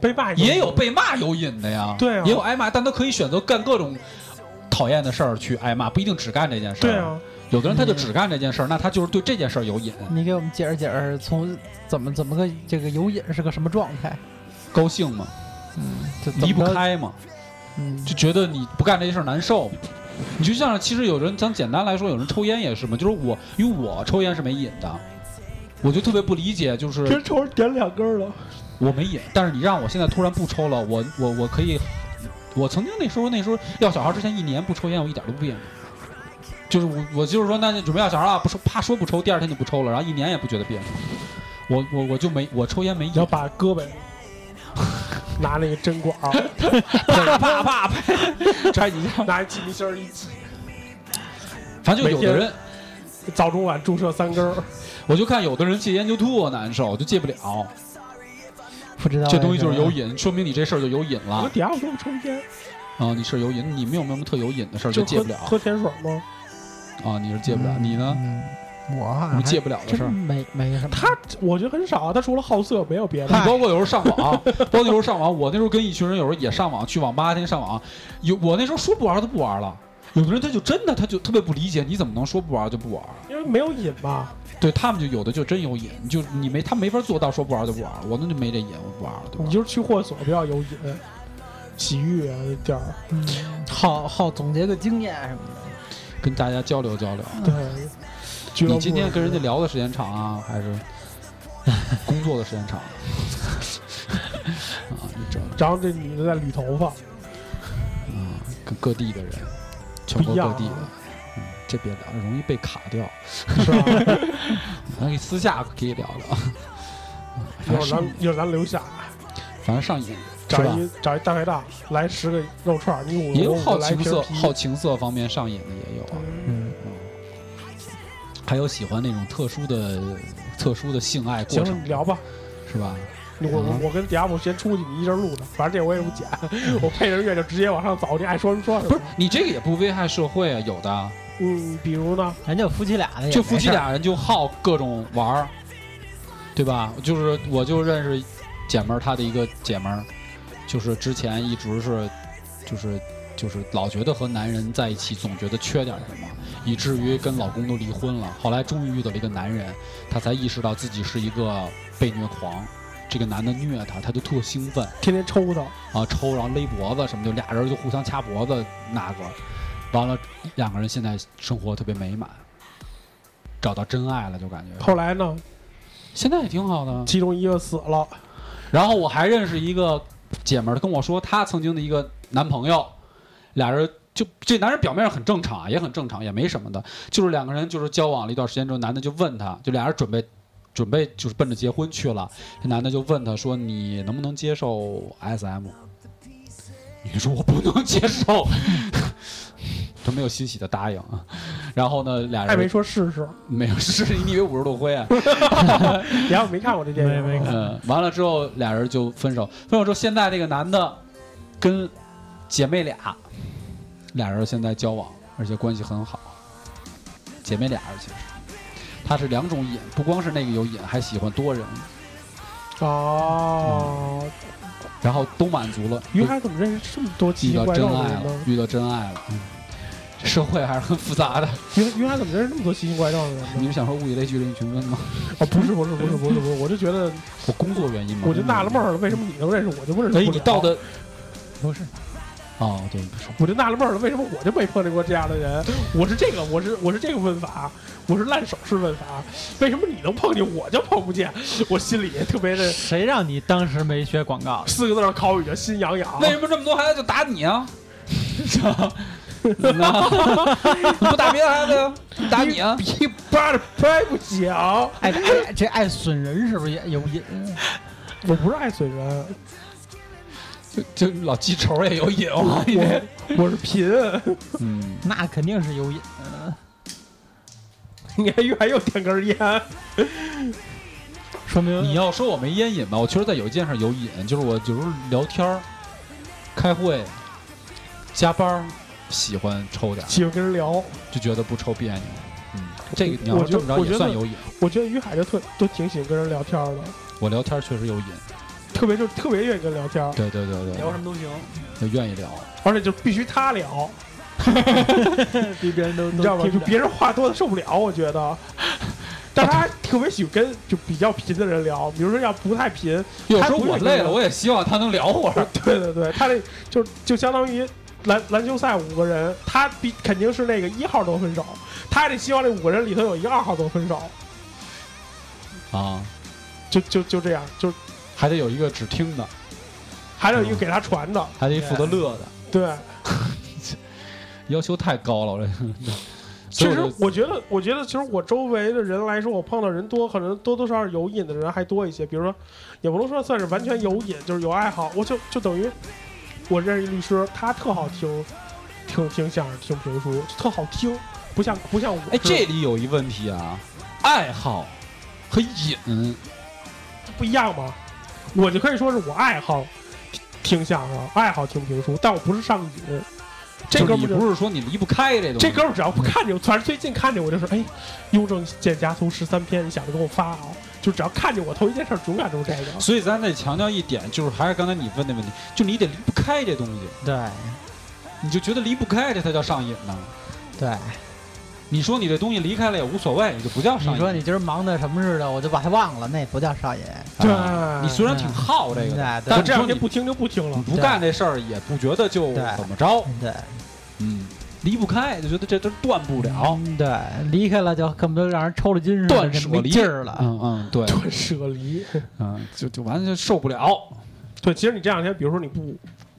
[SPEAKER 3] 被骂
[SPEAKER 5] 也有被骂有瘾的呀，
[SPEAKER 3] 对啊
[SPEAKER 5] 也有挨骂，但他可以选择干各种讨厌的事儿去挨骂，不一定只干这件事儿。
[SPEAKER 3] 对啊，
[SPEAKER 5] 有的人他就只干这件事儿，那他就是对这件事儿有瘾，
[SPEAKER 4] 你给我们解释解释，从怎么怎么个这个有瘾是个什么状态？
[SPEAKER 5] 高兴嘛，
[SPEAKER 4] 嗯，就怎么
[SPEAKER 5] 离不
[SPEAKER 4] 着，
[SPEAKER 5] 开嘛，
[SPEAKER 4] 嗯，
[SPEAKER 5] 就觉得你不干这件事儿难受。你就像其实有人，咱简单来说，有人抽烟也是嘛，就是我，因为我抽烟是没瘾的，我就特别不理解，就是
[SPEAKER 3] 真瞅着点两根儿了。
[SPEAKER 5] 我没瘾，但是你让我现在突然不抽了，我我我可以，我曾经那时候那时候要小孩之前一年不抽烟，我一点都不别扭。就是我我就是说，那就准备要小孩了，不抽，怕说不抽，第二天就不抽了，然后一年也不觉得别扭。我我我就没我抽烟没
[SPEAKER 3] 你要
[SPEAKER 5] 瘾，
[SPEAKER 3] 把胳膊拿那个针管儿，
[SPEAKER 5] 啪啪啪啪，抓几下，
[SPEAKER 3] 拿一气密芯儿一
[SPEAKER 5] 反正就有的人，
[SPEAKER 3] 早中晚注射三根
[SPEAKER 5] 啊
[SPEAKER 3] 儿。
[SPEAKER 5] 我就看有的人戒烟就特难受，就戒不了。
[SPEAKER 4] 不知道
[SPEAKER 5] 这东西就是有
[SPEAKER 4] 为
[SPEAKER 5] 瘾，说明你这事儿就有瘾了
[SPEAKER 3] 我
[SPEAKER 5] 啊、
[SPEAKER 3] 底下我都不抽烟，
[SPEAKER 5] 你是有瘾，你们有没有什么特有瘾的事儿就
[SPEAKER 3] 就
[SPEAKER 5] 戒
[SPEAKER 3] 喝
[SPEAKER 5] 不了啊、
[SPEAKER 3] 喝甜水吗？
[SPEAKER 5] 你是戒
[SPEAKER 4] 什
[SPEAKER 5] 不
[SPEAKER 4] 么
[SPEAKER 5] 了，你呢？？
[SPEAKER 4] 嗯我好像还
[SPEAKER 5] 你戒不了的事儿
[SPEAKER 4] 真。没没什么。
[SPEAKER 3] 他我觉得很少，他除了好色没有别
[SPEAKER 5] 你
[SPEAKER 3] 的。
[SPEAKER 5] 包括有时候上网，啊 包括有时候上网，我那时候跟一群人有时候也上网，去网吧天天上网，有我那时候说不玩儿他不玩儿了，有的人他就真的他就特别不理解，你怎么能说不玩儿就不玩儿？
[SPEAKER 3] 因为没有瘾嘛，
[SPEAKER 5] 对他们就有的就真有瘾，就你没他没法做到说不玩儿就不玩儿，我那就没这瘾，我不玩儿了，对吧
[SPEAKER 3] 你？就是去会所比较有瘾，洗浴啊那地儿。
[SPEAKER 4] 嗯好好总结个经验什么的。
[SPEAKER 5] 跟大家交流交流。
[SPEAKER 3] 对，俱乐
[SPEAKER 5] 你
[SPEAKER 3] 部
[SPEAKER 5] 今天跟人家聊的时间长啊，还是工作的时间长？啊，你这
[SPEAKER 3] 然后这女的在捋头 发，
[SPEAKER 5] 啊，跟各地的人，全
[SPEAKER 3] 不
[SPEAKER 5] 国
[SPEAKER 3] 一
[SPEAKER 5] 各
[SPEAKER 3] 样啊
[SPEAKER 5] 地的，嗯，这别聊，容易被卡掉。
[SPEAKER 3] 是吧？
[SPEAKER 5] 咱可以私下可 以聊聊，
[SPEAKER 3] 一会
[SPEAKER 5] 反正
[SPEAKER 3] 儿
[SPEAKER 5] 上
[SPEAKER 3] 咱一会儿咱留下，
[SPEAKER 5] 反正上瘾，是
[SPEAKER 3] 找
[SPEAKER 5] 吧？
[SPEAKER 3] 一找一大排档来十个肉串儿，你五
[SPEAKER 5] 也
[SPEAKER 3] 个
[SPEAKER 5] 有
[SPEAKER 3] 我
[SPEAKER 5] 好
[SPEAKER 3] 来一
[SPEAKER 5] 情
[SPEAKER 3] 瓶
[SPEAKER 5] 色、
[SPEAKER 3] 啤
[SPEAKER 5] 好情色方面上瘾的也有啊，
[SPEAKER 4] 嗯，
[SPEAKER 5] 还有喜欢那种特殊的、特殊的性爱过
[SPEAKER 3] 行了，
[SPEAKER 5] 程
[SPEAKER 3] 你，聊吧。
[SPEAKER 5] 是吧？
[SPEAKER 3] 我
[SPEAKER 5] 啊
[SPEAKER 3] 我我跟迪亚姆先出去，你一人录的，反正这我也不剪， 我配着乐就直接往上走，你爱说什么说什
[SPEAKER 5] 嗯不是
[SPEAKER 3] 么。，
[SPEAKER 5] 你这个也不危害社会啊，有的
[SPEAKER 3] 嗯，比如呢，
[SPEAKER 4] 人家有夫妻俩的也
[SPEAKER 5] 就
[SPEAKER 4] 没
[SPEAKER 5] 夫妻
[SPEAKER 4] 事儿，
[SPEAKER 5] 俩人就好各种玩儿，对吧？就是我就认识姐们儿，她的一个姐们儿，就是之前一直是，就是就是老觉得和男人在一起总觉得缺点什么，以至于跟老公都离婚了。后来终于遇到了一个男人，她才意识到自己是一个被虐狂，这个男的虐她，她就特兴奋。
[SPEAKER 3] 天天抽他，
[SPEAKER 5] 啊抽，然后勒脖子什么，就俩人就互相掐脖子那个，完了两个人现在生活特别美满，找到真爱了就感觉，
[SPEAKER 3] 后来呢，
[SPEAKER 5] 现在也挺好的。啊
[SPEAKER 3] 其中一个死了，
[SPEAKER 5] 然后我还认识一个姐们儿，她跟我说她曾经的一个男朋友，俩人就这男人表面上很正常啊，也很正常，也没什么的，就是两个人就是交往了一段时间之后，男的就问她，就俩人准备。准备就是奔着结婚去了，这男的就问她说：“你能不能接受 SM？” 女的说：“我不能接受。” 她没有欣喜的答应啊。然后呢，俩
[SPEAKER 3] 还没
[SPEAKER 5] 人
[SPEAKER 3] 说试试。
[SPEAKER 5] 没有，是你以为五十度灰啊？
[SPEAKER 3] 迪亚姆没看过这电影，
[SPEAKER 4] 没没看
[SPEAKER 5] 嗯，完了之后俩人就分手，分手之后现在这个男的跟姐妹俩，俩人现在交往，而且关系很好，姐妹俩而且是，他是两种瘾，不光是那个有瘾，还喜欢多人，
[SPEAKER 3] 哦，
[SPEAKER 5] 嗯然后都满足了，
[SPEAKER 3] 于海怎么认识这么多奇
[SPEAKER 5] 遇
[SPEAKER 3] 奇
[SPEAKER 5] 到
[SPEAKER 3] 怪
[SPEAKER 5] 真
[SPEAKER 3] 怪的
[SPEAKER 5] 爱
[SPEAKER 3] 人
[SPEAKER 5] 了
[SPEAKER 3] 呢，？
[SPEAKER 5] 遇到真爱了，嗯社会还是很复杂的。
[SPEAKER 3] 于于海怎么认识这么多奇奇怪怪的人
[SPEAKER 5] 你
[SPEAKER 3] 呢？
[SPEAKER 5] 们想说物以类聚，人以群分吗？
[SPEAKER 3] 哦，不是不是不是不是不是，我就觉得
[SPEAKER 5] 我工作原因嘛，
[SPEAKER 3] 我就纳了闷儿了，为什么你能认识，我就不认识
[SPEAKER 5] 哎，
[SPEAKER 3] 不了？
[SPEAKER 5] 你到的
[SPEAKER 4] 不是
[SPEAKER 5] 哦，对，你说。
[SPEAKER 3] 我就纳了闷儿了，为什么我就没碰见过这样的人？我是这个，我是我是这个问法，我是烂手式问法，为什么你能碰见，我就碰不见？我心里也特别的
[SPEAKER 4] 谁让你当时没学广 告？
[SPEAKER 3] 四个字儿口语叫心痒痒
[SPEAKER 5] 为。什么这么多孩子就打你啊？ 那 不打别的孩子呀，打你啊！
[SPEAKER 3] 一巴掌拍不响，
[SPEAKER 4] 哎，这爱这爱损人是不是也有瘾？啊
[SPEAKER 3] 我不是爱损人，
[SPEAKER 5] 就 就老记仇也有瘾， 我跟你说
[SPEAKER 3] 我我是贫。
[SPEAKER 5] 嗯，
[SPEAKER 4] 那肯定是有瘾。
[SPEAKER 3] 你看于海又点根儿烟，
[SPEAKER 4] 说明
[SPEAKER 5] 你要说我没烟瘾吧，我确实在有一件事有瘾，就是我有时候聊天儿、开会、加班儿，喜欢抽点儿，
[SPEAKER 3] 喜欢跟人聊。
[SPEAKER 5] 就觉得不抽别扭。嗯，这个你要
[SPEAKER 3] 我
[SPEAKER 5] 是
[SPEAKER 3] 觉
[SPEAKER 5] 这
[SPEAKER 3] 得
[SPEAKER 5] 么着
[SPEAKER 3] 我觉
[SPEAKER 5] 也
[SPEAKER 3] 得
[SPEAKER 5] 算有瘾。
[SPEAKER 3] 我觉得于海就特都挺喜欢跟人聊天儿的，
[SPEAKER 5] 我聊天儿确实有瘾，
[SPEAKER 3] 特别就特别愿意跟人聊天儿，
[SPEAKER 5] 对对对对，
[SPEAKER 4] 么都行，
[SPEAKER 5] 就愿意聊。
[SPEAKER 3] 而且就必须他聊，
[SPEAKER 4] 比别人都
[SPEAKER 3] 你知道吗？就
[SPEAKER 4] 就
[SPEAKER 3] 别人话多的受不了，我觉得。 但是他还特别喜欢跟就比较贫的人聊，比如说要不太贫，
[SPEAKER 5] 有时
[SPEAKER 3] 他
[SPEAKER 5] 候
[SPEAKER 3] 不
[SPEAKER 5] 我
[SPEAKER 3] 愿意
[SPEAKER 5] 累
[SPEAKER 3] 聊
[SPEAKER 5] 了，我也希望他能聊会儿。
[SPEAKER 3] 对对对，他这就就相当于篮篮球赛五个人，他必肯定是那个一号得分手，他得希望这五个人里头有一个二号得分手，
[SPEAKER 5] 啊，
[SPEAKER 3] 就就就这样，就
[SPEAKER 5] 还得有一个只听的，
[SPEAKER 3] 还有一个给他传的，
[SPEAKER 5] 嗯还得负责乐的。
[SPEAKER 3] 对，
[SPEAKER 5] 要求太高了，我这所
[SPEAKER 3] 其
[SPEAKER 5] 以
[SPEAKER 3] 实
[SPEAKER 5] 我就
[SPEAKER 3] 我觉得，我觉得其实我周围的人来说，我碰到人多，可能多多少少有瘾的人还多一些。比如说，也不能说算是完全有瘾，就是有爱好。我就就等于我认识一律师，他特好听，听听相声，听评书，特好听，不像不像我。
[SPEAKER 5] 哎，这里有一问题啊，爱好和瘾，
[SPEAKER 3] 不一样吗？我就可以说是我爱好听相声，爱好听评书，但我不是上瘾。这
[SPEAKER 5] 就是
[SPEAKER 3] 哥
[SPEAKER 5] 你
[SPEAKER 3] 们儿就
[SPEAKER 5] 不是说嗯你离不开这东西，
[SPEAKER 3] 这哥们儿只要不看见我，反正最近看见我就是，哎，雍正剑家图十三篇，你想着给我发啊？就只要看见我，头一件事儿总敢就是这个。
[SPEAKER 5] 所以咱得强调一点，就是还是刚才你问的问题，就你得离不开这东西，
[SPEAKER 4] 对
[SPEAKER 5] 你就觉得离不开这才叫上瘾呢。
[SPEAKER 4] 对，
[SPEAKER 5] 你说你这东西离开了也无所谓，你就不叫上瘾。
[SPEAKER 4] 你说你今儿忙的什么似的，我就把它忘了，那不叫上瘾。
[SPEAKER 5] 啊
[SPEAKER 3] 对
[SPEAKER 5] 你虽然挺好这个的，
[SPEAKER 4] 对
[SPEAKER 5] 但
[SPEAKER 3] 我
[SPEAKER 4] 对
[SPEAKER 5] 是
[SPEAKER 3] 这两
[SPEAKER 5] 你
[SPEAKER 3] 天不听就不听
[SPEAKER 5] 你
[SPEAKER 3] 了。
[SPEAKER 5] 不干这事儿也不觉得就
[SPEAKER 4] 对
[SPEAKER 5] 怎么着，
[SPEAKER 4] 对
[SPEAKER 5] 嗯，离不开就觉得这都断不了，
[SPEAKER 4] 嗯对，离开了就恨不得让人抽了筋似的，
[SPEAKER 5] 断
[SPEAKER 4] 这
[SPEAKER 5] 舍
[SPEAKER 4] 没
[SPEAKER 5] 离
[SPEAKER 4] 劲儿了。
[SPEAKER 5] 嗯嗯，对，
[SPEAKER 3] 断舍离，
[SPEAKER 5] 嗯，就就完了就受不了，
[SPEAKER 3] 对，其实你这两天，比如说你不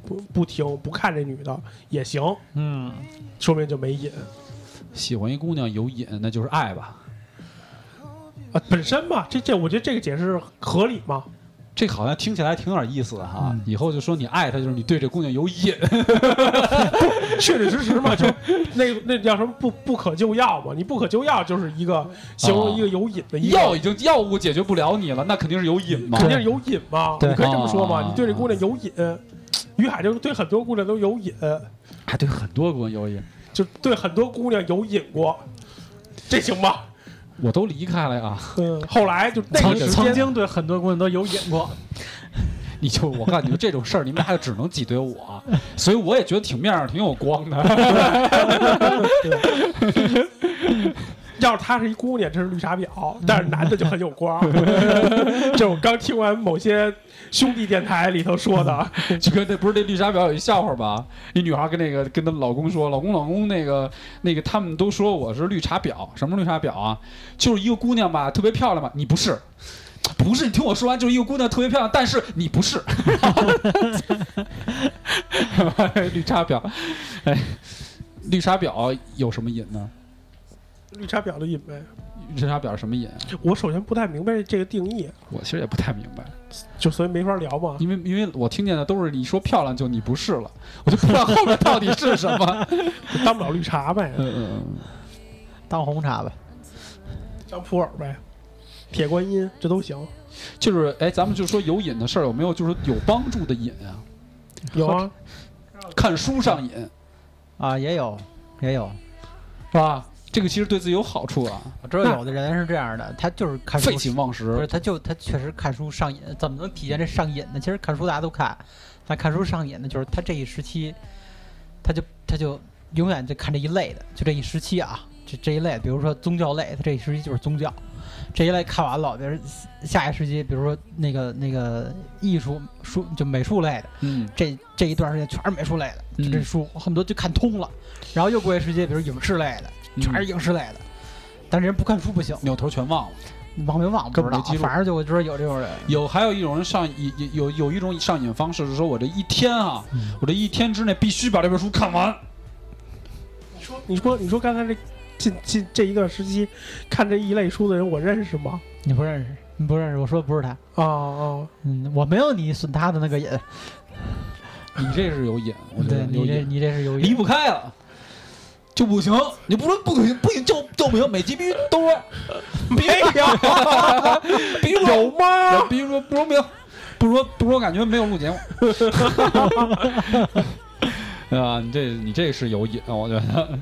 [SPEAKER 3] 不不听不看这女的也行，
[SPEAKER 4] 嗯，
[SPEAKER 3] 说明就没瘾
[SPEAKER 5] 喜欢一姑娘有瘾，那就是爱吧。
[SPEAKER 3] 啊。本身吧，这这我觉得这个解释合理嘛。
[SPEAKER 5] 这好像听起来挺有点意思的哈，
[SPEAKER 4] 嗯
[SPEAKER 5] 以后就说你爱她，就是你对这姑娘有瘾，
[SPEAKER 3] 确确实实嘛，就那那叫什么不不可救药嘛？你不可救药就是一个形容一个有瘾的一个
[SPEAKER 5] 啊药已经药物解决不了你了，那肯定是有瘾嘛。
[SPEAKER 3] 肯定是有瘾嘛，
[SPEAKER 4] 对
[SPEAKER 3] 你可以这么说
[SPEAKER 5] 啊
[SPEAKER 3] 嘛，你对这姑娘有瘾，于海就是对很多姑娘都有瘾，
[SPEAKER 5] 还对很多姑娘有瘾，
[SPEAKER 3] 就对很多姑娘有瘾过，这行吧？
[SPEAKER 5] 我都离开了啊，
[SPEAKER 3] 嗯，后来就那个时
[SPEAKER 4] 曾
[SPEAKER 3] 间，
[SPEAKER 4] 经对很多姑娘都有瘾过，
[SPEAKER 5] 你就我告诉你们这种事儿，你们俩就只能挤兑我，所以我也觉得挺面上挺有光的。
[SPEAKER 3] 要是她是一姑娘，这是绿茶婊，
[SPEAKER 4] 嗯
[SPEAKER 3] 但是男的就很有 光，这我刚听完某些兄弟电台里头说的，
[SPEAKER 5] 就跟那不是那绿茶婊有一笑话吧？一女孩跟那个跟她老公说，老公老公那个那个他们都说我是绿茶婊，什么绿茶婊啊？就是一个姑娘吧，特别漂亮吧？你不是。不是，你听我说完，就是一个姑娘特别漂亮，但是你不是 绿茶婊。哎，绿茶婊有什么瘾呢？
[SPEAKER 3] 绿茶婊的瘾呗。
[SPEAKER 5] 绿茶婊什么瘾？啊
[SPEAKER 3] 我首先不太明白这个定义，
[SPEAKER 5] 我其实也不太明白，
[SPEAKER 3] 就所以没法聊嘛。
[SPEAKER 5] 因为因为我听见的都是你说漂亮就你不是了，我就不知道后面到底是什么。
[SPEAKER 3] 当不了绿茶呗，
[SPEAKER 5] 嗯嗯
[SPEAKER 4] 当红茶吧。
[SPEAKER 3] 当普洱呗，铁观音这都行。
[SPEAKER 5] 嗯，就是哎，咱们就说有瘾的事儿，有没有就是有帮助的瘾啊？
[SPEAKER 3] 有啊，
[SPEAKER 5] 看书上瘾
[SPEAKER 4] 啊，也有，也有。
[SPEAKER 5] 是吧？这个其实对自己有好处啊，
[SPEAKER 4] 我知道有的人是这样的，他就是看书
[SPEAKER 5] 废，寝忘
[SPEAKER 4] 不是，
[SPEAKER 5] 食。
[SPEAKER 4] 他就他确实看书上瘾，怎么能体现这上瘾呢？其实看书大家都看，但看书上瘾呢，就是他这一时期，他就他就永远就看这一类的，就这一时期啊，这这一类，比如说宗教类，他这一时期就是宗教，这一类看完了，比如下一时期，比如说那个那个艺术书就美术类的，
[SPEAKER 5] 嗯，
[SPEAKER 4] 这这一段时间全是美术类的，就这
[SPEAKER 5] 嗯
[SPEAKER 4] 书恨不得就看通了，然后又过一时期，比如影视类的。全是
[SPEAKER 5] 嗯
[SPEAKER 4] 影视类的。但是人不看书不行，
[SPEAKER 5] 扭头全忘了。
[SPEAKER 4] 你忘没忘不
[SPEAKER 5] 根
[SPEAKER 4] 知
[SPEAKER 5] 本
[SPEAKER 4] 道
[SPEAKER 5] 没记，录
[SPEAKER 4] 反正就我知道有这种人。
[SPEAKER 5] 有还有一种人上瘾，有有有一种上瘾方式是说，我这一天啊，
[SPEAKER 4] 嗯
[SPEAKER 5] 我这一天之内必须把这本书看完。
[SPEAKER 3] 你说，你说刚才这近近这一段时期看这一类书的人，我认识吗？
[SPEAKER 4] 你不认识，你不认识，我说的不是他。
[SPEAKER 5] 哦
[SPEAKER 3] 啊啊，
[SPEAKER 4] 嗯，我没有你损他的那个瘾。
[SPEAKER 5] 你这是有瘾，我觉得
[SPEAKER 4] 对
[SPEAKER 5] 有
[SPEAKER 4] 你这
[SPEAKER 5] 瘾。
[SPEAKER 4] 你这是有
[SPEAKER 5] 离
[SPEAKER 4] 瘾。
[SPEAKER 5] 不开了，就不行。你不是不行，不行就就不行，每集必须都 说，没有，比如有吗？比如说不说明，不说不说，感觉没有录节 目。啊，你这你这是有瘾，我觉得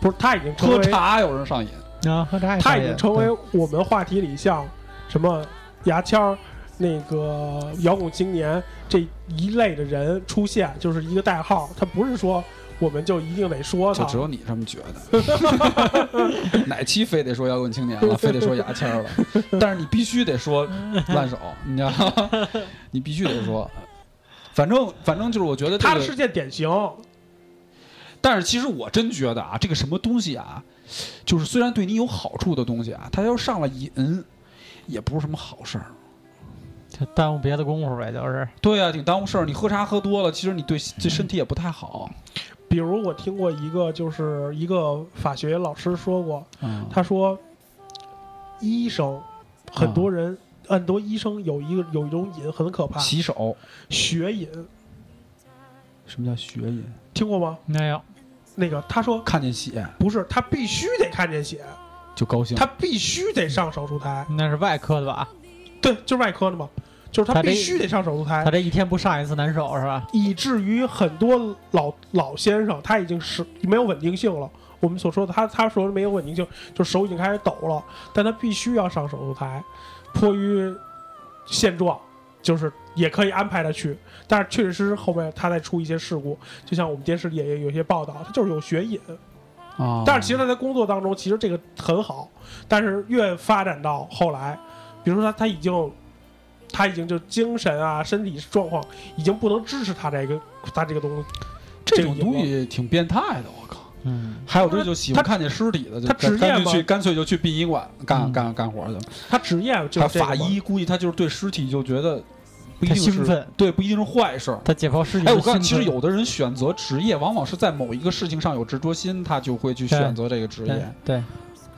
[SPEAKER 3] 不是，他已经成
[SPEAKER 5] 喝
[SPEAKER 3] 为
[SPEAKER 5] 茶有人上瘾，
[SPEAKER 4] 啊，喝茶也
[SPEAKER 3] 他
[SPEAKER 4] 上
[SPEAKER 3] 已
[SPEAKER 4] 瘾
[SPEAKER 3] 经成为我们话题里像什么牙签儿、那个摇滚青年这一类的人出现，就是一个代号。他不是说我们就一定得说
[SPEAKER 5] 就
[SPEAKER 3] 他
[SPEAKER 5] 只，有你这么觉得。哪期非得说 摇滚青年了，非得说牙签儿了，但是你必须得说烂手，你知道吗？ 你必须得说。反正反正就是，我觉得这
[SPEAKER 3] 他
[SPEAKER 5] 个
[SPEAKER 3] 的事件典型。
[SPEAKER 5] 但是其实我真觉得啊，这个什么东西啊，就是虽然对你有好处的东西啊，它要上了瘾，也不是什么好事儿。
[SPEAKER 4] 就耽误别的功夫呗，就是
[SPEAKER 5] 对啊，挺耽误事儿。你喝茶喝多了，其实你对对身体也不太好。
[SPEAKER 3] 比如我听过一个，就是一个法学老师说过，
[SPEAKER 5] 嗯
[SPEAKER 3] 他说，医生很多人，很多医生有一个有一种瘾很可怕，
[SPEAKER 5] 洗手，
[SPEAKER 3] 血瘾，
[SPEAKER 5] 什么叫血瘾？
[SPEAKER 3] 听过吗？
[SPEAKER 4] 没有，
[SPEAKER 3] 那个他说
[SPEAKER 5] 看见血
[SPEAKER 3] 不是，他必须得看见血，
[SPEAKER 5] 就高兴，
[SPEAKER 3] 他必须得上手术台，
[SPEAKER 4] 那是外科的吧？
[SPEAKER 3] 对，就是外科的嘛，就是他
[SPEAKER 4] 他这
[SPEAKER 3] 必须得上手术台
[SPEAKER 4] 他，这一天不上一次难受是吧？
[SPEAKER 3] 以至于很多老老先生他已经是没有稳定性了。我们所说的他他说没有稳定性，就手已经开始抖了，但他必须要上手术台，迫于现状，就是也可以安排他去，但是确实是后面他再出一些事故，就像我们电视里也有一些报道，他就是有血瘾，
[SPEAKER 5] 啊
[SPEAKER 3] 但是其实他在工作当中其实这个很好，但是越发展到后来，比如说他他已经他已经就精神啊身体状况已经不能支持他这个他这个东西，
[SPEAKER 5] 这种东西挺变态的，我靠。
[SPEAKER 4] 嗯，
[SPEAKER 5] 还有的就喜欢看见尸体的，就
[SPEAKER 3] 他职业
[SPEAKER 5] 干脆
[SPEAKER 3] 吗
[SPEAKER 5] 去干脆就去殡仪馆干
[SPEAKER 4] 嗯
[SPEAKER 5] 干干活去了。
[SPEAKER 3] 他职业就
[SPEAKER 5] 他
[SPEAKER 3] 是这个嘛
[SPEAKER 5] 法医估计他就是对尸体就觉得不一
[SPEAKER 4] 他
[SPEAKER 5] 定
[SPEAKER 4] 兴
[SPEAKER 5] 是
[SPEAKER 4] 奋，
[SPEAKER 5] 对不一定是坏事儿。
[SPEAKER 4] 他解剖尸体。
[SPEAKER 5] 哎，我告诉你，其实有的人选择职业，往往是在某一个事情上有执着心，他就会去
[SPEAKER 4] 对
[SPEAKER 5] 选择这个职业
[SPEAKER 4] 对对，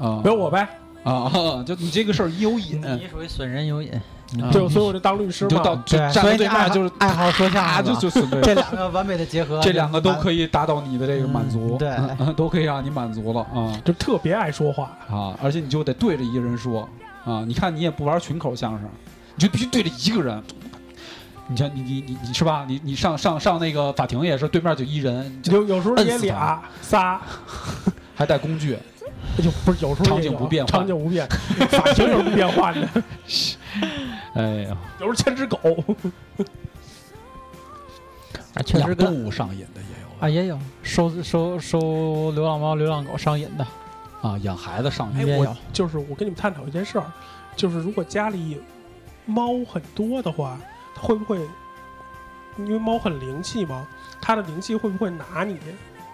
[SPEAKER 5] 啊。
[SPEAKER 3] 比如我呗，
[SPEAKER 5] 啊，就你这个事儿一有瘾，
[SPEAKER 4] 你属于损人有瘾，
[SPEAKER 5] 啊
[SPEAKER 3] 就嗯所以我就当律师
[SPEAKER 5] 你就
[SPEAKER 3] 嘛，
[SPEAKER 5] 到就
[SPEAKER 4] 对，
[SPEAKER 5] 站
[SPEAKER 4] 所
[SPEAKER 5] 到
[SPEAKER 4] 以
[SPEAKER 5] 最
[SPEAKER 4] 你爱
[SPEAKER 5] 大
[SPEAKER 4] 好
[SPEAKER 5] 就是
[SPEAKER 4] 爱好说
[SPEAKER 5] 啪
[SPEAKER 4] 相
[SPEAKER 5] 就
[SPEAKER 4] 声吧，
[SPEAKER 5] 就损
[SPEAKER 4] 这
[SPEAKER 5] 对。
[SPEAKER 4] 两个完美的结合，
[SPEAKER 5] 这两个都可
[SPEAKER 4] 以。
[SPEAKER 5] 以达到你的这个满足，
[SPEAKER 4] 嗯对
[SPEAKER 5] 嗯嗯 都可以让你满足了啊
[SPEAKER 3] 就特别爱说话，
[SPEAKER 5] 啊！而且你就得对着一个人说啊，你看你也不玩群口相声，你就必须对着一个人。你像你你你你是吧？你你上上上那个法庭也是，对面就一人，就
[SPEAKER 3] 有有时候也
[SPEAKER 5] 摁死
[SPEAKER 3] 俩仨，
[SPEAKER 5] 还带工具，
[SPEAKER 3] 就不是有时候
[SPEAKER 5] 场
[SPEAKER 3] 也
[SPEAKER 5] 景
[SPEAKER 3] 有啊
[SPEAKER 5] 不变化
[SPEAKER 3] 场景不变，法庭有什么变化 呢？
[SPEAKER 5] 哎呀，
[SPEAKER 3] 有时候牵只狗，
[SPEAKER 4] 啊确实
[SPEAKER 5] 养
[SPEAKER 4] 跟
[SPEAKER 5] 动物上瘾的也有
[SPEAKER 4] 啊也有收收收流浪猫、流浪狗上瘾的
[SPEAKER 5] 啊，养孩子上
[SPEAKER 3] 哎
[SPEAKER 5] 瘾，
[SPEAKER 4] 也
[SPEAKER 3] 我
[SPEAKER 4] 有。
[SPEAKER 3] 就是我跟你们探讨一件事儿，就是如果家里猫很多的话，它会不会因为猫很灵气嘛？它的灵气会不会拿你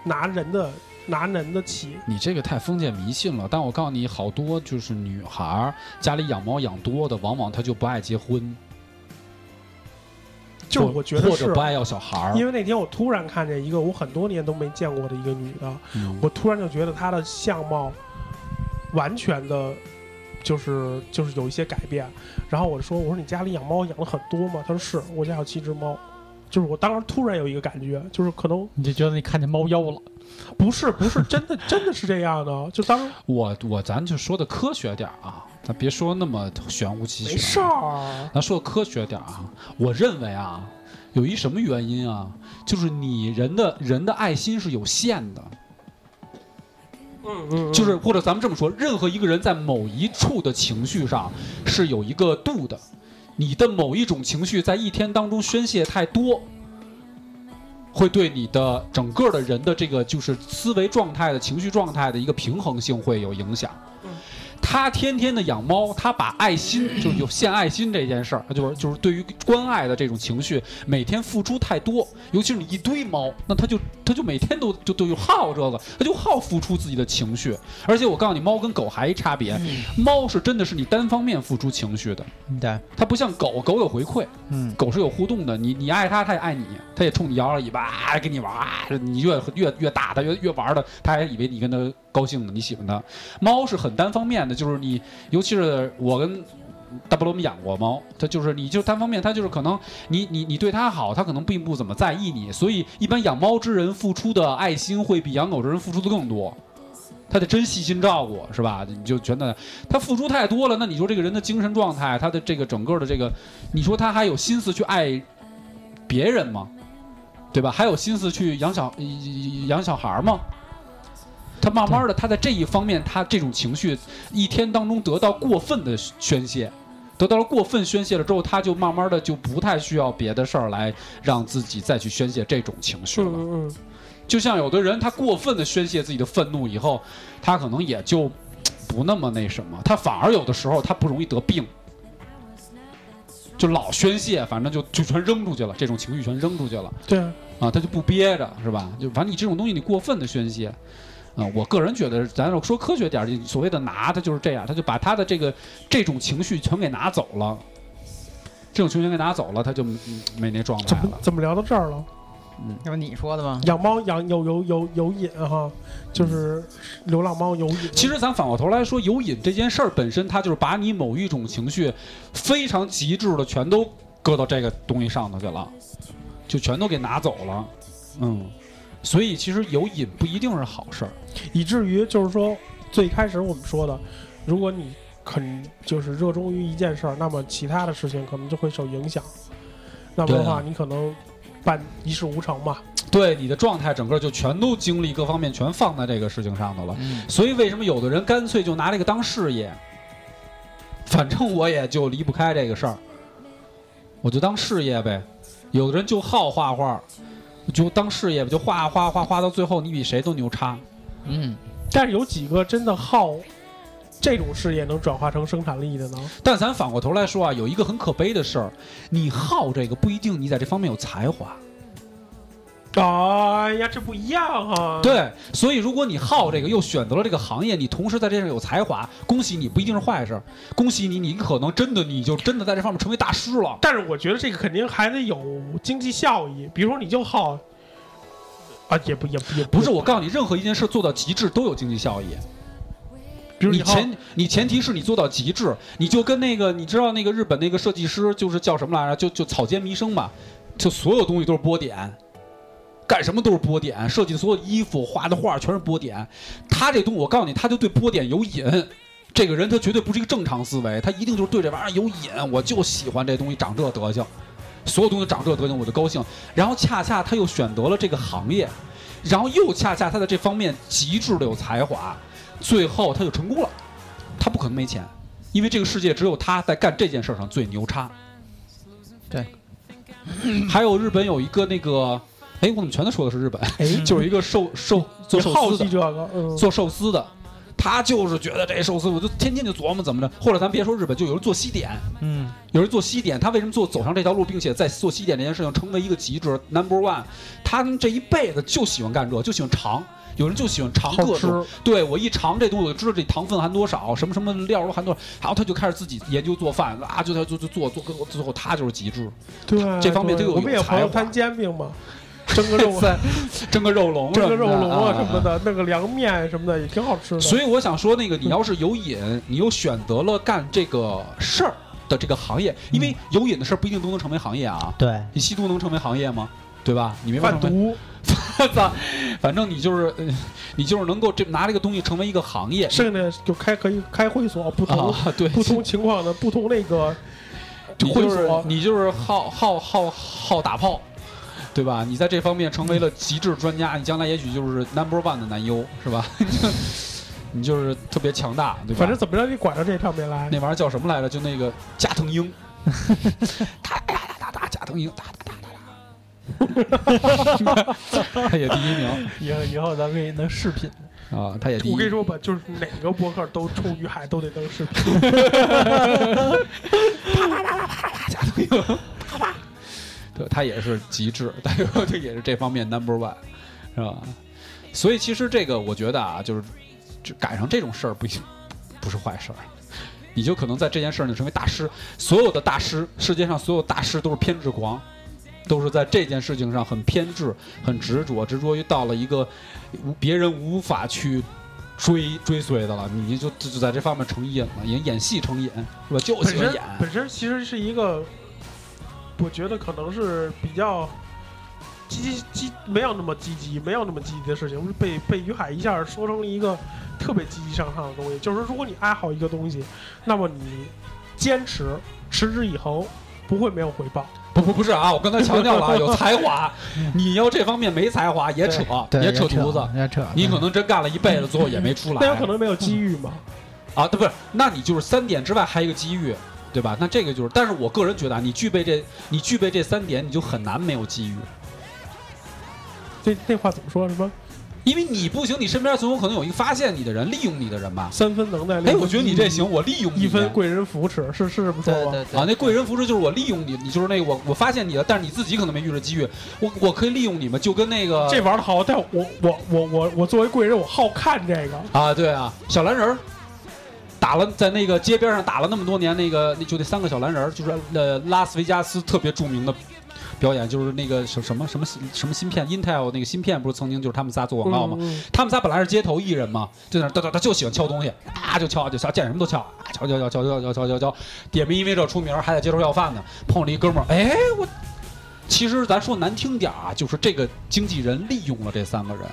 [SPEAKER 3] 拿人的拿人的气？
[SPEAKER 5] 你这个太封建迷信了。但我告诉你，好多就是女孩儿家里养猫养多的，往往她就不爱结婚，
[SPEAKER 3] 就是
[SPEAKER 5] 或
[SPEAKER 3] 我觉得
[SPEAKER 5] 或
[SPEAKER 3] 是
[SPEAKER 5] 者不，爱要小孩儿。
[SPEAKER 3] 因为那天我突然看见一个我很多年都没见过的一个女的，
[SPEAKER 5] 嗯
[SPEAKER 3] 我突然就觉得她的相貌完全的。就是就是有一些改变，然后我就说我说你家里养猫养了很多吗？她说是我家有七只猫，就是我当时突然有一个感觉，就是可能
[SPEAKER 4] 你就觉得你看见猫妖了，
[SPEAKER 3] 不是不是，真的真的是这样的。就当
[SPEAKER 5] 我我咱就说的科学点儿啊，咱别说那么玄乎其玄。啊
[SPEAKER 3] 没事儿，
[SPEAKER 5] 咱说的科学点儿啊，我认为啊，有一什么原因啊，就是你人的人的爱心是有限的，
[SPEAKER 3] 嗯嗯
[SPEAKER 5] 就是或者咱们这么说，任何一个人在某一处的情绪上是有一个度的，你的某一种情绪在一天当中宣泄太多。会对你的整个的人的这个就是思维状态的情绪状态的一个平衡性会有影响。
[SPEAKER 3] 嗯
[SPEAKER 5] 他天天的养猫，他把爱心就是有献爱心这件事儿，就是就是对于关爱的这种情绪，每天付出太多，尤其是你一堆猫，那他就他就每天都就都就好这个，他就好付出自己的情绪。而且我告诉你，猫跟狗还一差别，猫是真的是你单方面付出情绪的，
[SPEAKER 4] 对，
[SPEAKER 5] 它不像狗，狗有回馈，
[SPEAKER 4] 嗯，
[SPEAKER 5] 狗是有互动的，你你爱它，它也爱你，它也冲你摇摇尾巴，啊跟你玩儿，啊你越越越打它，越越玩的，它还以为你跟它高兴呢，你喜欢它。猫是很单方面的，就是你，尤其是我跟。大菠萝我们养过猫，它就是你就单方面，它就是可能你你你对它好，它可能并不怎么在意你，所以一般养猫之人付出的爱心会比养狗之人付出的更多，它得真细心照顾，是吧？你就觉得它付出太多了，那你说这个人的精神状态，他的这个整个的这个你说他还有心思去爱别人吗？对吧？还有心思去养小养小孩儿吗？他慢慢的，他在这一方面，他这种情绪一天当中得到过分的宣泄，得到了过分宣泄了之后，他就慢慢的就不太需要别的事儿来让自己再去宣泄这种情绪了。
[SPEAKER 3] 嗯嗯，
[SPEAKER 5] 就像有的人他过分的宣泄自己的愤怒以后，他可能也就不那么那什么，他反而有的时候他不容易得病，就老宣泄，反正就就全扔出去了，这种情绪全扔出去了
[SPEAKER 3] 对啊，
[SPEAKER 5] 啊，他就不憋着是吧？就反正你这种东西你过分的宣泄。啊、我个人觉得，咱要说科学点儿，就所谓的拿，他就是这样，他就把他的这个这种情绪全给拿走了，这种情绪全给拿走了，他就没没那状态
[SPEAKER 3] 怎么
[SPEAKER 5] 了。嗯
[SPEAKER 3] 怎么聊到这儿了？
[SPEAKER 4] 要不你说的吗？
[SPEAKER 3] 养猫养有有有有瘾哈，就是流浪猫有瘾。
[SPEAKER 5] 其实咱反过头来说，有瘾这件事儿本身，它就是把你某一种情绪非常极致的全都搁到这个东西上头去了，就全都给拿走了。嗯，所以其实有瘾不一定是好事儿。
[SPEAKER 3] 以至于就是说，最开始我们说的，如果你肯就是热衷于一件事儿，那么其他的事情可能就会受影响。那么的话，
[SPEAKER 5] 对啊
[SPEAKER 3] 你可能办一事无成嘛。
[SPEAKER 5] 对你的状态，整个就全都精力各方面全放在这个事情上头了。
[SPEAKER 4] 嗯，
[SPEAKER 5] 所以为什么有的人干脆就拿这个当事业？反正我也就离不开这个事儿，我就当事业呗。有的人就好画画，就当事业吧，就画画画画到最后，你比谁都牛叉。
[SPEAKER 4] 嗯，
[SPEAKER 3] 但是有几个真的好这种事业能转化成生产力的呢？
[SPEAKER 5] 但咱反过头来说啊，有一个很可悲的事儿，你好这个不一定你在这方面有才华。
[SPEAKER 3] 哎呀，这不一样哈。，
[SPEAKER 5] 对，所以如果你好这个，又选择了这个行业，你同时在这上有才华，恭喜你，不一定是坏事儿。恭喜你，你可能真的你就真的在这方面成为大师了。
[SPEAKER 3] 但是我觉得这个肯定还得有经济效益，比如说你就好啊，也不也不也
[SPEAKER 5] 不是，我告诉你，任何一件事做到极致都有经济效益。
[SPEAKER 3] 比如
[SPEAKER 5] 你
[SPEAKER 3] 好
[SPEAKER 5] 前你前提是你做到极致，你就跟那个你知道那个日本那个设计师就是叫什么来着？就就草间弥生嘛，就所有东西都是波点，干什么都是波点，设计的所有衣服、画的画全是波点。他这东西我告诉你，他就对波点有瘾。这个人他绝对不是一个正常思维，他一定就是对这玩意儿有瘾，我就喜欢这东西长这德行，所有东西长这德行我就高兴。然后恰恰他又选择了这个行业，然后又恰恰他在这方面极致的有才华，最后他就成功了。他不可能没钱，因为这个世界只有他在干这件事上最牛叉。
[SPEAKER 4] 对，
[SPEAKER 5] 还有日本有一个那个，哎，我怎么全都说的是日本？
[SPEAKER 3] 哎，
[SPEAKER 5] 就是一个寿寿做
[SPEAKER 3] 你
[SPEAKER 5] 寿
[SPEAKER 3] 好
[SPEAKER 5] 司的
[SPEAKER 3] 奇，这个，嗯，
[SPEAKER 5] 做寿司的，他就是觉得这寿司，我就天天就琢磨怎么着。或者咱别说日本，就有人做西点，
[SPEAKER 4] 嗯，
[SPEAKER 5] 有人做西点，他为什么做走上这条路，并且在做西点这件事情成为一个极致 number one？他这一辈子就喜欢干这，就喜欢尝。有人就喜欢尝
[SPEAKER 3] 好
[SPEAKER 5] 各
[SPEAKER 3] 吃
[SPEAKER 5] 种，对我一尝这东西，我就知道这糖分含多少，什么什么料都含多少，然后他就开始自己研究做饭啊，就他就就做做，最后最后他就是极致，
[SPEAKER 3] 对
[SPEAKER 5] 这方面
[SPEAKER 3] 对
[SPEAKER 5] 都有
[SPEAKER 3] 我们也有
[SPEAKER 5] 有才
[SPEAKER 3] 朋友
[SPEAKER 5] 华
[SPEAKER 3] 摊煎饼嘛， 蒸个肉啊
[SPEAKER 5] 在蒸个肉 龙，
[SPEAKER 3] 蒸个肉笼啊什么
[SPEAKER 5] 的。
[SPEAKER 3] 的，弄个凉面什么的也挺好吃的。
[SPEAKER 5] 所
[SPEAKER 3] 以
[SPEAKER 5] 以我想说，那个你要是有瘾，你又选择了干这个事儿的这个行业，因为有瘾的事儿不一定都能成为行业啊。
[SPEAKER 4] 对，
[SPEAKER 5] 你吸毒能成为行业吗？对吧？你没法
[SPEAKER 3] 贩
[SPEAKER 5] 成为
[SPEAKER 3] 毒，
[SPEAKER 5] 操，反正你就是，呃你就是能够这拿这个东西成为一个行业
[SPEAKER 3] 剩下就开可以开会所，不同
[SPEAKER 5] 啊，对，
[SPEAKER 3] 不同情况的不同那个
[SPEAKER 5] 你
[SPEAKER 3] 会
[SPEAKER 5] 就是
[SPEAKER 3] 所，
[SPEAKER 5] 你就是好好好好打炮，对吧？你在这方面成为了极致专家，你将来也许就是 number one 的男优，是吧？ 你就是特别强大，对吧？
[SPEAKER 3] 反正怎么着你拐到这上面来
[SPEAKER 5] 那。玩意儿叫什么来着？就那个加藤鹰，哒哒哒哒哒，加藤鹰，哒哒哒哒哒，他也第一名
[SPEAKER 4] 以后以后咱们可以能视频，
[SPEAKER 5] 啊，他也第一。
[SPEAKER 3] 我跟你，说吧，就是哪个博客都出于海都得登视频，
[SPEAKER 5] 对，他也是极致， 他这也是这方面 number one，是吧？所以其实这个我觉得啊，就是就赶上这种事儿不行，不是坏事儿。你就可能在这件事儿上成为大师。所有的大师，世界上所有大师都是偏执狂，都是在这件事情上很偏执、很执着，执着于到了一个无别人无法去追追随的了。你就就就在这方面成瘾了，演演戏成瘾是吧？就
[SPEAKER 3] 本
[SPEAKER 5] 喜欢
[SPEAKER 3] 身
[SPEAKER 5] 演。
[SPEAKER 3] 本身其实是一个，我觉得可能是比较积极积没有那么积极，没有那么积极的事情，被被于海一下说成了一个特别积极向上的东西。就是如果你爱好一个东西，那么你坚持持之以恒，不会没有回报。
[SPEAKER 5] 不不不是啊，我刚才强调了啊，有才 华，你要这方面没才华也扯，也扯犊子。，
[SPEAKER 4] 也扯，
[SPEAKER 5] 你可能真干了一辈子，最后也没出来。
[SPEAKER 3] 嗯 那有可能没有机遇嘛？
[SPEAKER 5] 啊，对，不是，那你就是三点之外还有一个机遇，对吧？那这个就是，但是我个人觉得啊，你具备这，你具备这三点，你就很难没有机遇，
[SPEAKER 3] 这那话怎么说？什么
[SPEAKER 5] 因为你不行，你身边总有可能有一个发现你的人，利用你的人吧。
[SPEAKER 3] 三分能耐？
[SPEAKER 5] 哎，
[SPEAKER 3] 六分
[SPEAKER 5] 我觉得你这行，我利用你
[SPEAKER 3] 嗯一分贵人扶持，是是这么说
[SPEAKER 4] 对
[SPEAKER 3] 吗？
[SPEAKER 4] 对对
[SPEAKER 5] 啊，那贵人扶持就是我利用你，你就是那个我我发现你了，但是你自己可能没遇着机遇，我我可以利用你们，就跟那个
[SPEAKER 3] 这玩的好，但我我我我我作为贵人，我好看这个。
[SPEAKER 5] 啊，对啊，小蓝人儿打了，在那个街边上打了那么多年，那个那就那三个小蓝人儿，就是呃拉斯维加斯特别著名的表演，就是那个什什么什么什么芯片，Intel 那个芯片不是曾经就是他们仨做广告吗？他们仨本来是街头艺人嘛，就在那哒哒哒就喜欢敲东西，啊就敲就敲，见什么都敲，啊敲敲敲敲敲敲敲敲敲，也没因为这出名，还在街头要饭呢。碰了一哥们儿，哎我，其实咱说难听点儿啊，就是这个经纪人利用了这三个人。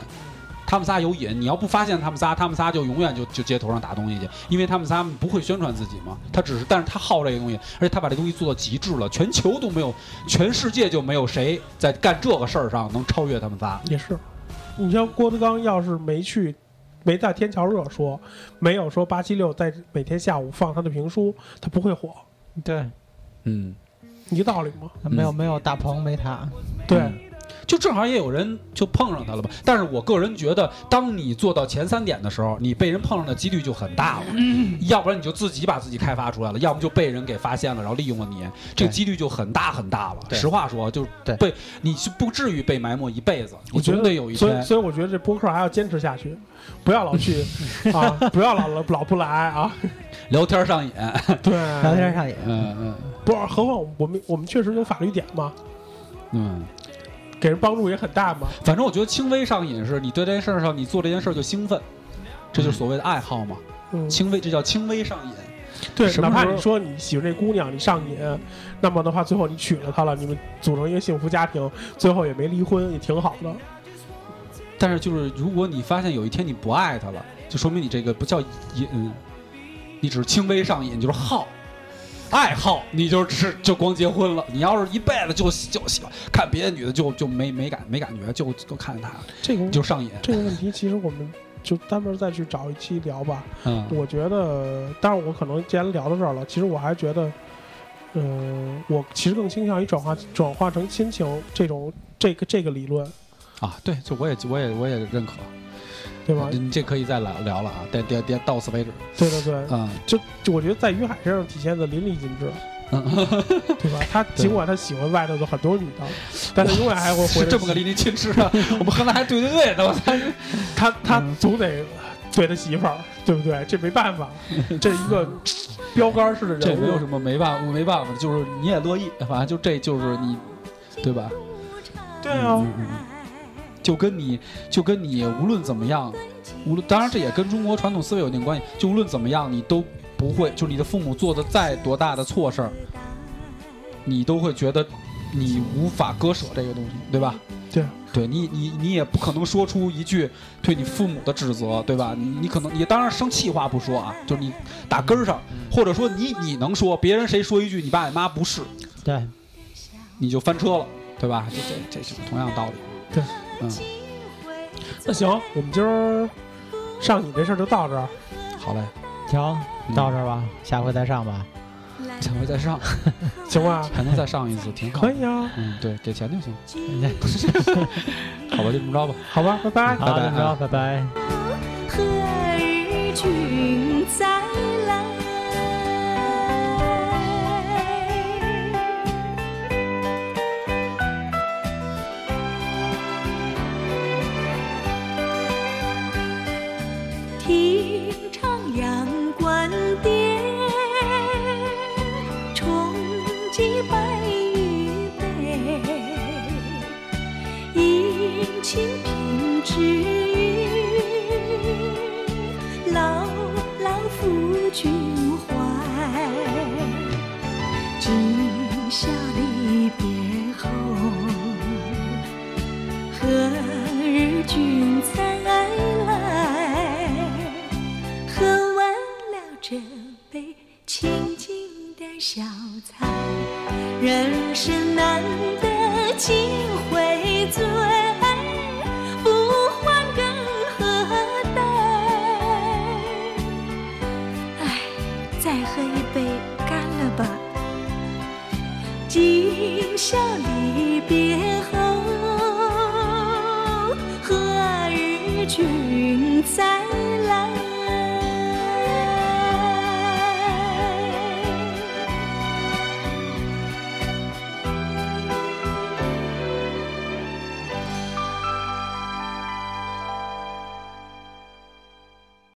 [SPEAKER 5] 他们仨有瘾，你要不发现他们仨，他们仨就永远就就街头上打东西去，因为他们仨不会宣传自己嘛。他只是，但是他好这个东西，而且他把这东西做到极致了，全球都没有，全世界就没有谁在干这个事儿上能超越他们仨。
[SPEAKER 3] 也是。你像郭德纲要是没去，没在天桥热说，没有说八七六在每天下午放他的评书，他不会火，
[SPEAKER 4] 对，
[SPEAKER 5] 嗯，
[SPEAKER 3] 一个道理嘛。
[SPEAKER 4] 没有没有大鹏没他，
[SPEAKER 5] 嗯
[SPEAKER 3] 对，
[SPEAKER 5] 就正好也有人就碰上他了吧。但是我个人觉得，当你做到前三点的时候，你被人碰上的几率就很大了，要不然你就自己把自己开发出来了，要么就被人给发现了，然后利用了你，这
[SPEAKER 4] 对
[SPEAKER 5] 个几率就很大很大了。
[SPEAKER 4] 对
[SPEAKER 5] 实话说，就是
[SPEAKER 4] 对
[SPEAKER 5] 被你是不至于被埋没一辈子，
[SPEAKER 3] 我
[SPEAKER 5] 你
[SPEAKER 3] 觉
[SPEAKER 5] 总
[SPEAKER 3] 得
[SPEAKER 5] 得有一
[SPEAKER 3] 所以
[SPEAKER 5] 天。
[SPEAKER 3] 所以我觉得这播客还要坚持下去，不要老 去啊，不要老老不来啊。
[SPEAKER 5] 聊天上瘾，
[SPEAKER 3] 对，
[SPEAKER 4] 聊天上瘾。
[SPEAKER 5] 嗯嗯
[SPEAKER 3] 不是，何况我们我们确实有法律点嘛，
[SPEAKER 5] 嗯，
[SPEAKER 3] 给人帮助也很大嘛。
[SPEAKER 5] 反正我觉得轻微上瘾是你对这件事儿上，你做这件事儿就兴奋，这就是所谓的爱好嘛。
[SPEAKER 3] 嗯，
[SPEAKER 5] 轻微，这叫轻微上瘾。
[SPEAKER 3] 对，
[SPEAKER 5] 什么
[SPEAKER 3] 哪怕
[SPEAKER 5] 时候
[SPEAKER 3] 你说你喜欢这姑娘，你上瘾，那么的话，最后你娶了她了，你们组成一个幸福家庭，最后也没离婚，也挺好的。
[SPEAKER 5] 但是就是如果你发现有一天你不爱他了，就说明你这个不叫瘾，你只是轻微上瘾，就是好。爱好，你就只就光结婚了。你要是一辈子就就喜欢看别的女的就，就没没感没感觉，就就看见她
[SPEAKER 3] 这个
[SPEAKER 5] 就上瘾。
[SPEAKER 3] 这个问题，其实我们就单门再去找一期聊吧。
[SPEAKER 5] 嗯
[SPEAKER 3] 我觉得，当然我可能既然聊到这儿了，其实我还觉得，呃，我其实更倾向于转化转化成亲情这种这个这个理论，
[SPEAKER 5] 啊，对，就我也我也我也认可。
[SPEAKER 3] 对吧？
[SPEAKER 5] 你这可以再聊聊了啊，点点点到此为止。
[SPEAKER 3] 对对对，
[SPEAKER 5] 嗯
[SPEAKER 3] 就就我觉得在于海身上体现的淋漓尽 致，
[SPEAKER 5] 嗯，
[SPEAKER 3] 对吧？他尽管他喜欢外头的很多女 的，但他永远还会回
[SPEAKER 5] 是
[SPEAKER 3] 来
[SPEAKER 5] 这么个淋漓尽致 啊！我们刚才还对对对呢，我操！
[SPEAKER 3] 他他
[SPEAKER 5] 嗯
[SPEAKER 3] 总得对他媳妇儿，对不对？这没办法，这一 个标杆式的人物，
[SPEAKER 5] 这没有什么没办法，没办法，就是你也乐意，反正就这就是你，对吧？
[SPEAKER 3] 对啊，
[SPEAKER 5] 嗯嗯就跟你就跟你无论怎么样，无论当然这也跟中国传统思维有一定关系，就无论怎么样你都不会，就是你的父母做的再多大的错事儿，你都会觉得你无法割舍这个东西，对吧？
[SPEAKER 3] 对，
[SPEAKER 5] 对你你你也不可能说出一句对你父母的指责，对吧？你你可能也当然生气话不说啊，就是你打根儿上，或者说你你能说，别人谁说一句你爸你妈不是，
[SPEAKER 4] 对，
[SPEAKER 5] 你就翻车了，对吧？这这这是同样道理。
[SPEAKER 3] 对，
[SPEAKER 5] 嗯，
[SPEAKER 3] 那行，我们今儿上你这事儿就到这儿。
[SPEAKER 5] 好嘞，
[SPEAKER 4] 行，
[SPEAKER 5] 嗯
[SPEAKER 4] 到这儿吧，下回再上吧。
[SPEAKER 5] 下回再上，
[SPEAKER 3] 行 吧？
[SPEAKER 5] 还能再上一次，挺好
[SPEAKER 3] 可。以啊，
[SPEAKER 5] 嗯，对，给钱就行。 好吧，就这么着吧。
[SPEAKER 3] 好吧，拜拜。
[SPEAKER 4] 好，
[SPEAKER 5] 拜拜
[SPEAKER 4] 怎么着？
[SPEAKER 5] 啊
[SPEAKER 4] 拜拜。
[SPEAKER 6] 何日君再来？听徜徉关店，重寄白玉杯。饮清品之韵，牢牢抚君怀。今宵离别后，何日君再来？喝完了这杯清静的小菜。人生难得几回醉，不欢更何待？唉，再喝一杯，干了吧！今宵离别后，